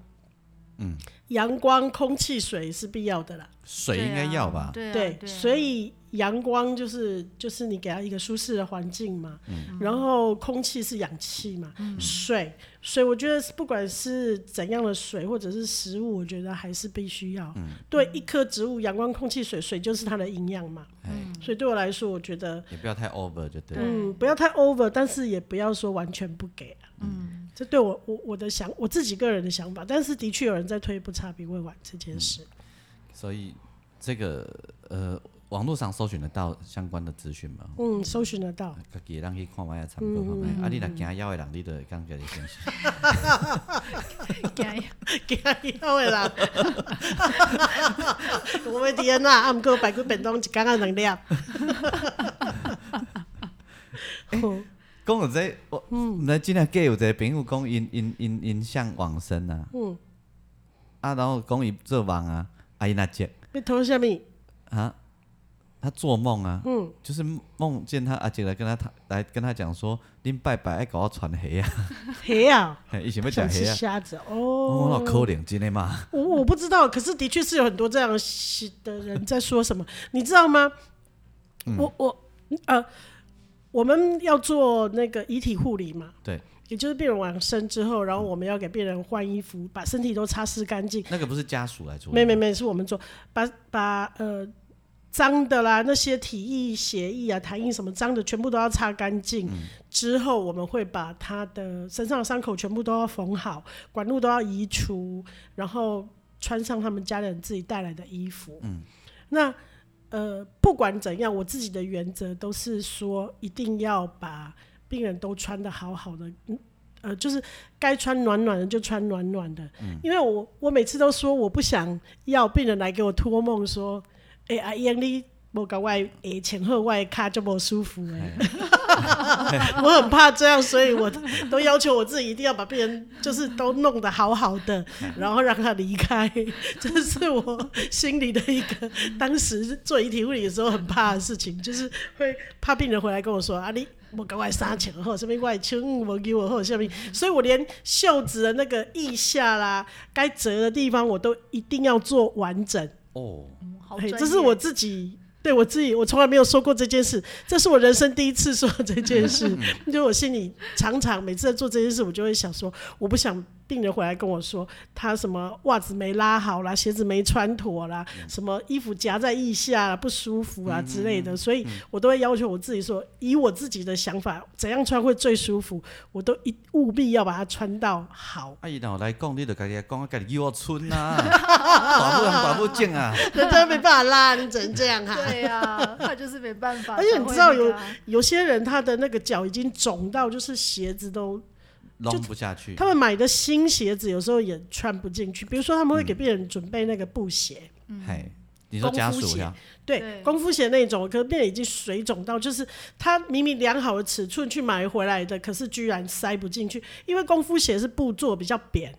Speaker 1: 嗯，
Speaker 2: 阳光、空气、水是必要的啦。
Speaker 1: 水应该要吧？
Speaker 3: 对啊
Speaker 2: 对
Speaker 3: 对啊，对啊
Speaker 2: 所以阳光就是就是你给它一个舒适的环境嘛，
Speaker 3: 嗯
Speaker 2: 然后空气是氧气嘛，水水我觉得是不管是怎样的水或者是食物，我觉得还是必须要。
Speaker 1: 嗯
Speaker 2: 对一棵植物，阳光、空气、水，水就是它的营养嘛。
Speaker 3: 嗯
Speaker 1: 哎，
Speaker 2: 所以对我来说，我觉得
Speaker 1: 也不要太 over 就对了。
Speaker 2: 嗯，不要太 over，但是也不要说完全不给啊。 嗯，这对我我我的想我自己个人的想法，但是的确有人在推不插鼻胃丸这件事。
Speaker 1: 所以这个呃，我网络上搜寻得到相关的资讯嘛？
Speaker 2: 嗯，搜寻得 到。
Speaker 1: 家己咱去看卖啊，参考看
Speaker 2: 嗯
Speaker 1: 卖。啊，你若惊枵的人，你就会感觉你先生。
Speaker 3: 惊
Speaker 2: 惊到的欸啦！ 我要天呐，啊，毋过排骨便当一工啊两粒。 哦
Speaker 1: 讲有这，我
Speaker 2: 嗯
Speaker 1: 毋知真正假有一个朋友讲，因因因因向往生啊，
Speaker 2: 嗯，
Speaker 1: 啊，然后讲伊做梦啊，啊，伊若接
Speaker 2: 要偷什么？
Speaker 1: 啊，他做梦啊，
Speaker 2: 嗯，
Speaker 1: 就是梦见他阿姐来跟他谈，来跟他讲说，恁拜拜爱搞我传黑啊，
Speaker 2: 黑啊，
Speaker 1: 嘿伊想要
Speaker 2: 想
Speaker 1: 讲
Speaker 2: 吃
Speaker 1: 黑啊，
Speaker 2: 虾子
Speaker 1: 我老
Speaker 2: 哦。
Speaker 1: 可怜，真的嘛，
Speaker 2: 我我不知道，可是的确是有很多这样的人在说什么，你知道吗？我我呃，我们要做那个遗体护理嘛，
Speaker 1: 对，
Speaker 2: 也就是病人往生之后，然后我们要给病人换衣服，把身体都擦拭干净。
Speaker 1: 那个不是家属来做的，
Speaker 2: 没没没，是我们做，把把呃脏的啦，那些体液、血液啊、痰液什么脏的，全部都要擦干
Speaker 1: 嗯
Speaker 2: 净。之后我们会把他的身上的伤口全部都要缝好，管路都要移除，然后穿上他们家人自己带来的衣服。嗯，那呃，不管怎样，我自己的原则都是说，一定要把病人都穿的好好的。嗯呃，就是该穿暖暖的就穿暖暖的，
Speaker 1: 嗯
Speaker 2: 因为我我每次都说我不想要病人来给我托梦说，哎、阿英你无搞我诶前后外卡就无舒服哎、 我很怕这样，所以我都要求我自己一定要把病人就是都弄得好好的，然后让他离开， 这是我心里的一个 当时做遗体护理的时候很怕的事情，就是会怕病人回来跟我说啊你。我赶快杀钱后，什么外青我给我后，下面，所以我连袖子的那个腋下啦，该折的地方我都一定要做完整。
Speaker 1: 哦，
Speaker 3: 嗯好
Speaker 2: 嘿
Speaker 3: 专业，
Speaker 2: 哎这是我自己对我自己，我从来没有说过这件事，这是我人生第一次说这件事。 就我心里常常每次在做这件事，我就会想说，我不想病人回来跟我说他什么袜子没拉好啦，鞋子没穿妥啦，什么衣服夹在腋下啦不舒服啊之类的，所以我都会要求我自己说，以我自己的想法，怎样穿会最舒服，我都一务必要把它穿 到好。
Speaker 1: 啊，伊若有来讲，你就家己讲，啊，家己叫我村 啊，大不人大不正啊，
Speaker 2: 人家没办法拉，你只能这 样哈、
Speaker 3: 对呀，他就是没办 法才
Speaker 2: 而
Speaker 3: 会
Speaker 2: 且
Speaker 3: 那个
Speaker 2: 哎
Speaker 3: 啊。
Speaker 2: 你知道有有些人他的那个脚已经肿到，就是鞋子都，
Speaker 1: 弄不下去
Speaker 2: 他，们买的新鞋子有时候也穿不进去。比如说他们会
Speaker 1: 嗯
Speaker 2: 给病人准备那个布鞋，
Speaker 1: 嘿，你说家
Speaker 2: 功夫
Speaker 1: 属
Speaker 2: 鞋
Speaker 1: 呀，
Speaker 2: 对
Speaker 3: 对，
Speaker 2: 功夫鞋那种，可是病人已经水肿到，就是他明明量好的尺寸去买回来的，可是居然塞不进去，因为功夫鞋是布做比较扁。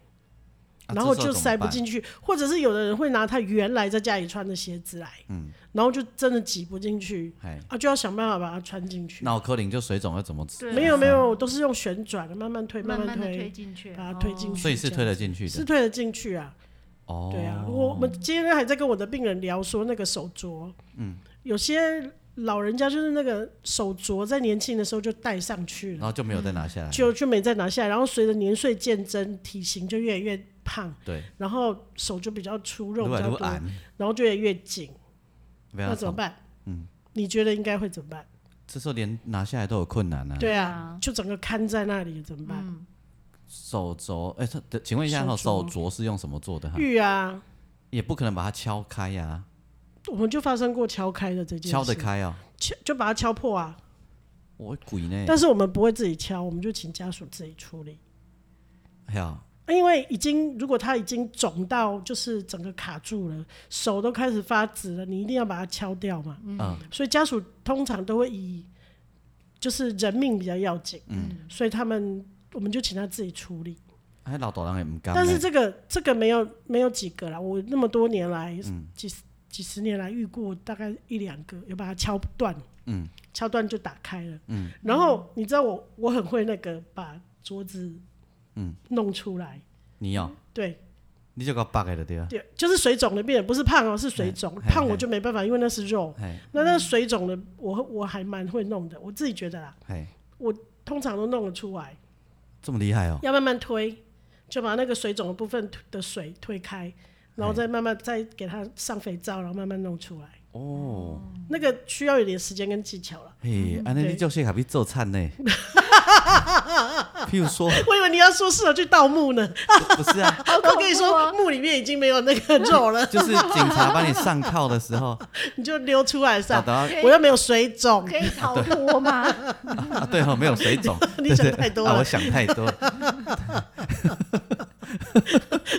Speaker 1: 啊
Speaker 2: 然后就塞不，进去，或者是有的人会拿他原来在家里穿的鞋子来，
Speaker 1: 嗯
Speaker 2: 然后就真的挤不进去
Speaker 1: 这时候怎么办嘿，
Speaker 2: 啊，就要想办法把它穿进去。
Speaker 1: 脑壳顶就水肿，要怎么治？
Speaker 3: 对
Speaker 2: 啊没有没
Speaker 1: 啊
Speaker 2: 有，我都是用旋转的，慢慢推，
Speaker 3: 慢
Speaker 2: 慢
Speaker 3: 慢的
Speaker 2: 推
Speaker 3: 推，进去，
Speaker 2: 把它推进
Speaker 3: 哦
Speaker 2: 去
Speaker 1: 所以是推得进去
Speaker 2: 是
Speaker 1: 的。
Speaker 2: 推得进去啊。
Speaker 1: 哦，
Speaker 2: 对啊，我我们今天还在跟我的病人聊说那个手镯，嗯，有些老人家就是那个手镯在年轻的时候就戴上去
Speaker 1: 然
Speaker 2: 了，
Speaker 1: 后就没有再拿下来。
Speaker 2: 就就没再拿下来，然后随着年岁渐增，体型就越来越胖，
Speaker 1: 对，
Speaker 2: 然后手就比较粗肉比
Speaker 1: 撸来
Speaker 2: 较
Speaker 1: 撸
Speaker 2: 多，
Speaker 1: 俺，
Speaker 2: 然后就越来越紧，
Speaker 1: 不
Speaker 2: 那
Speaker 1: 要
Speaker 2: 怎么
Speaker 1: 吵。
Speaker 2: 办？
Speaker 1: 嗯，
Speaker 2: 你觉得应该会怎么办？
Speaker 1: 这时候连拿下来都有困难啊。
Speaker 2: 对啊
Speaker 3: 啊，
Speaker 2: 就整个看在那里怎么办？
Speaker 1: 手镯，哎，这这请问一下哈，
Speaker 2: 手
Speaker 1: 手
Speaker 2: 镯
Speaker 1: 镯是用什么做的哈？
Speaker 2: 玉啊，
Speaker 1: 也不可能把它敲开呀，
Speaker 2: 我们就发生过敲开的这件事，
Speaker 1: 敲得开啊，
Speaker 2: 敲就把它敲破啊。
Speaker 1: 我鬼呢？
Speaker 2: 但是我们不会自己敲，我们就请家属自己处理。
Speaker 1: 哎呀，
Speaker 2: 啊因为已经，如果它已经肿到就是整个卡住了，手都开始发紫了，你一定要把它敲掉嘛。
Speaker 1: 嗯，
Speaker 2: 所以家属通常都会以就是人命比较要紧，嗯，所以他们我们就请他自己处理。
Speaker 1: 还老大人也唔敢呢。
Speaker 2: 但是这个这个没有没有几个啦，我那么多年来、
Speaker 1: 嗯
Speaker 2: 几十几十年来遇过大概一两个，有把它敲断，
Speaker 1: 嗯，
Speaker 2: 敲断就打开了，嗯，然后你知道我我很会那个把桌子，
Speaker 1: 嗯，
Speaker 2: 弄出来，
Speaker 1: 你哦，
Speaker 2: 对
Speaker 1: 你就搞八个就对啊了。
Speaker 2: 对，就是水肿的病人，不是胖哦，是水肿，
Speaker 1: 嘿嘿
Speaker 2: 胖我就没办法，因为那是肉，
Speaker 1: 嘿，
Speaker 2: 那那水肿的我我还蛮会弄的，我自己觉得啦，
Speaker 1: 嘿，
Speaker 2: 通常都弄得出来，
Speaker 1: 这么厉害哦。
Speaker 2: 要慢慢推，就把那个水肿的
Speaker 1: 哎
Speaker 2: 部分的水推开，然后再慢慢再给它上肥皂，然后慢慢弄出来。
Speaker 1: 哦，
Speaker 2: 那个需要有点时间跟技巧了。
Speaker 1: 嘿，安尼
Speaker 2: 嗯对
Speaker 1: 你就是还比做 餐呢。譬如说，
Speaker 2: 我以为你要说适合去盗墓呢，
Speaker 1: 不是啊，
Speaker 2: 我跟你说，墓里面已经没有那个肉了，
Speaker 1: 就是警察把你上铐的时候，
Speaker 2: 你就溜出来噻。
Speaker 1: 找到
Speaker 3: 可以
Speaker 2: 我又没有水肿，
Speaker 3: 哦可以逃脱吗？
Speaker 1: 啊，对哦，没有水肿，
Speaker 2: 你
Speaker 1: 对
Speaker 2: 想
Speaker 1: 对
Speaker 2: 太多
Speaker 1: 啊，
Speaker 2: 了
Speaker 1: 我想太多，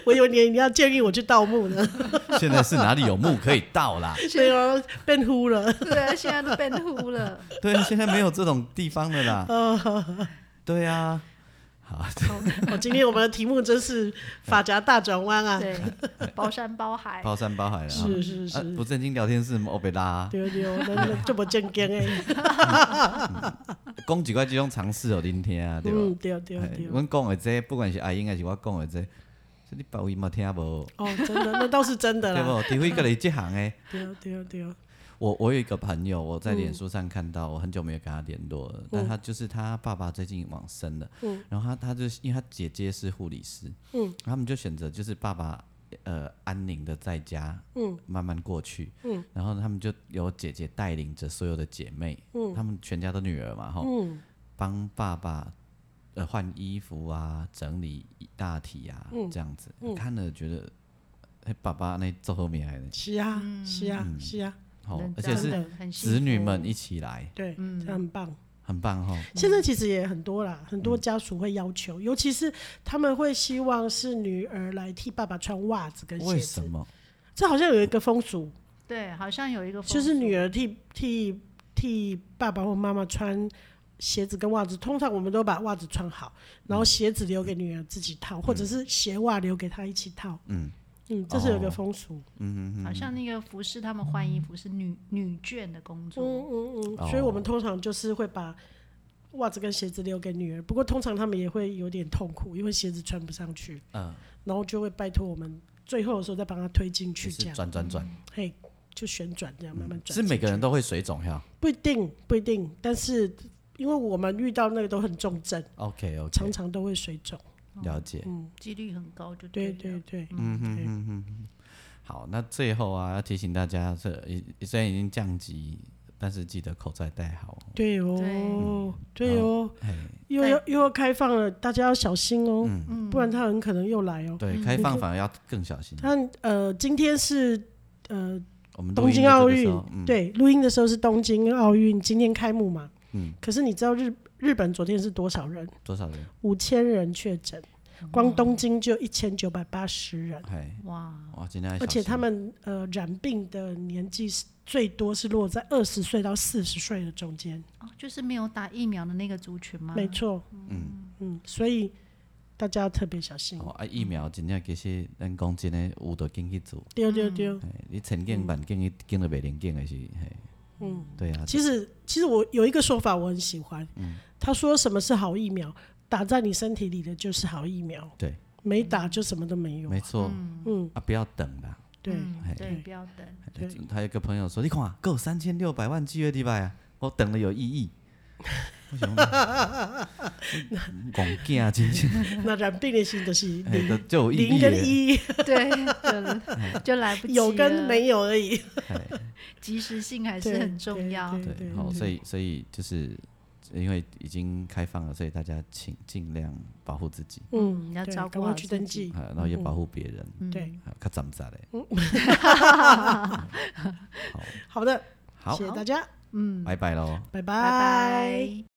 Speaker 2: 我以为你你要建议我去盗墓呢，
Speaker 1: 现在是哪里有墓可以盗啦？
Speaker 2: 所以我啊变糊了。
Speaker 3: 对啊，现在都变秃了，
Speaker 1: 对啊，现在没有这种地方了 啦。对啊，好，
Speaker 2: 哦，今天我们的题目真是发夹大转弯啊！
Speaker 3: 对，包山包海，
Speaker 1: 包山包海了啊。
Speaker 2: 是是
Speaker 1: 啊
Speaker 2: 是，
Speaker 1: 不正经聊天室欧贝拉，啊
Speaker 2: 对对，我们这么正经哎，
Speaker 1: 讲几块这种常识哦，恁听啊，对
Speaker 2: 嗯，
Speaker 1: 吧？
Speaker 2: 对对
Speaker 1: 哎
Speaker 2: 对，
Speaker 1: 阮讲的这，不管是阿英还是我讲的这，这你别位嘛听无，
Speaker 2: 哦，真的，那倒是真的
Speaker 1: 对
Speaker 2: 啦，
Speaker 1: 不？除 非个你这行的。
Speaker 2: 对对对，
Speaker 1: 我我有一个朋友，我在
Speaker 2: 嗯
Speaker 1: 脸书上看到，我很久没有跟他联络了，但他就是他爸爸最近往生了，
Speaker 2: 嗯
Speaker 1: 然后他他就是因为他姐姐是护理师，
Speaker 2: 嗯
Speaker 1: 他们就选择就是爸爸呃安宁的在家，
Speaker 2: 嗯
Speaker 1: 慢慢过去，
Speaker 2: 嗯
Speaker 1: 然后他们就由姐姐带领着所有的姐妹，
Speaker 2: 嗯
Speaker 1: 他们全家都女儿嘛，哈，
Speaker 2: 嗯
Speaker 1: 帮爸爸呃换衣服啊，整理大体啊，
Speaker 2: 嗯
Speaker 1: 这样子，看了觉得，哎、爸爸那做后面还呢，
Speaker 2: 是啊是啊
Speaker 1: 嗯
Speaker 2: 是啊，
Speaker 1: 好
Speaker 3: 能，这
Speaker 1: 而且
Speaker 3: 样
Speaker 1: 是
Speaker 2: 真的
Speaker 3: 很幸
Speaker 1: 子女
Speaker 3: 福
Speaker 1: 们一起来，
Speaker 2: 对，这很棒。
Speaker 1: 很棒哈。
Speaker 2: 现在其实也很多啦，很
Speaker 1: 嗯
Speaker 2: 多家属会要求，尤其是他们会希望是女儿来替爸爸穿袜子跟鞋
Speaker 1: 为什
Speaker 2: 子，
Speaker 1: 么？
Speaker 2: 这好像有一个风俗，
Speaker 3: 对，好像有一个
Speaker 2: 就是
Speaker 3: 风俗
Speaker 2: 女儿替替替爸爸或妈妈穿鞋子跟袜子，通常我们都把袜子穿好，然后
Speaker 1: 嗯
Speaker 2: 鞋子留给女儿自己套，或者是鞋袜留给她一起套。
Speaker 1: 嗯
Speaker 2: 嗯，这是有一个风俗。
Speaker 3: 好像那个服饰，他们换衣服是女女眷的工作，
Speaker 2: 嗯嗯
Speaker 1: 哦
Speaker 2: 嗯，所以我们通常就是会把袜子跟鞋子留给女儿，不过通常他们也会有点痛苦，因为鞋子穿不上去，
Speaker 1: 嗯，
Speaker 2: 然后就会拜托我们最后的时候再帮她推进
Speaker 1: 就
Speaker 2: 去，
Speaker 1: 是
Speaker 2: 这样，
Speaker 1: 转转转，
Speaker 2: 嘿，就旋转这样慢慢转进去。
Speaker 1: 是每个人都会水肿呀。
Speaker 2: 不一定不一定，但是因为我们遇到那个都很重症，
Speaker 1: OK
Speaker 2: 常
Speaker 1: OK，
Speaker 2: 常都会水肿。嗯
Speaker 1: 了解。
Speaker 3: 几率很高，就
Speaker 2: 对
Speaker 3: 对了
Speaker 2: 对对，嗯嗯
Speaker 1: 好，那最后啊，要提醒大家，这已虽然已经降级，但是记得口罩戴好。
Speaker 2: 对哦，对哦，
Speaker 1: 哎，
Speaker 2: 又要又要开放了，大家要小心哦，
Speaker 1: 嗯
Speaker 2: 不然他很可能又来哦。
Speaker 1: 对，开放反而要更小心。
Speaker 2: 他呃，今天是呃
Speaker 1: 我们录
Speaker 2: 东
Speaker 1: 音
Speaker 2: 京
Speaker 1: 的这
Speaker 2: 奥
Speaker 1: 个时
Speaker 2: 运
Speaker 1: 候，嗯，
Speaker 2: 对，录音的时候是东京奥运今天开幕嘛。
Speaker 1: 嗯，
Speaker 2: 可是你知道日日本昨天是多少人？
Speaker 1: 多少人？
Speaker 2: 五千人确诊，
Speaker 3: 嗯
Speaker 2: 光东京就一千九百八十人。
Speaker 1: 哎，
Speaker 3: 哇，
Speaker 1: 哇，今天还
Speaker 2: 而且
Speaker 1: 小心
Speaker 2: 他们呃染病的年纪是最多是落在二十岁到四十岁的中间，
Speaker 3: 哦，就是没有打疫苗的那个族群吗？
Speaker 2: 没错，
Speaker 1: 嗯
Speaker 2: 嗯，所以大家要特别小心
Speaker 1: 哦，。啊，疫苗真正其实咱讲真诶，有得紧去做。
Speaker 2: 丢丢丢，
Speaker 1: 哎，你千见万见，你见了袂灵见诶是，嘿，
Speaker 2: 嗯，
Speaker 1: 对啊，
Speaker 2: 其实其实我有一个说法我很喜欢，
Speaker 1: 嗯
Speaker 2: 他说什么是好疫苗，打在你身体里的就是好疫苗，
Speaker 1: 对，
Speaker 2: 没打就什么都没有啊
Speaker 1: 没。错，
Speaker 2: 嗯，
Speaker 1: 啊，不要等啦。
Speaker 2: 对，
Speaker 3: 嗯
Speaker 1: 嘿
Speaker 3: 对，不要等，
Speaker 2: 对
Speaker 1: 他有个朋友说：“你看啊，够三千六百万七月礼拜啊，我等了有意义。”我想 说，讲囝真正
Speaker 2: 那染病的心的是
Speaker 1: 嘿就
Speaker 2: 零
Speaker 1: 哎就有意
Speaker 2: 零
Speaker 1: 义
Speaker 2: 跟
Speaker 1: 的。
Speaker 2: 一，
Speaker 3: 对，就就来不及啊
Speaker 2: 有跟
Speaker 3: 了，
Speaker 2: 没有而已。
Speaker 3: 及时性还是
Speaker 2: 对
Speaker 3: 很重要。
Speaker 2: 对
Speaker 1: 对，
Speaker 2: 对
Speaker 1: 好，
Speaker 2: 对
Speaker 1: 所以所以就是因为已经开放了，所以大家请尽量保护自己，
Speaker 3: 嗯要
Speaker 2: 对
Speaker 3: 照顾
Speaker 2: 赶快
Speaker 3: 好
Speaker 2: 去
Speaker 3: 自
Speaker 2: 登
Speaker 3: 己嗯
Speaker 2: 记。嗯
Speaker 1: 啊，然后也保护别人，
Speaker 2: 对，
Speaker 1: 啊，较站站嘞。好，
Speaker 2: 好的，
Speaker 1: 好
Speaker 2: 谢，谢大家，
Speaker 3: 嗯，
Speaker 1: 拜拜喽。
Speaker 2: 拜
Speaker 3: 拜
Speaker 2: 拜
Speaker 3: 拜。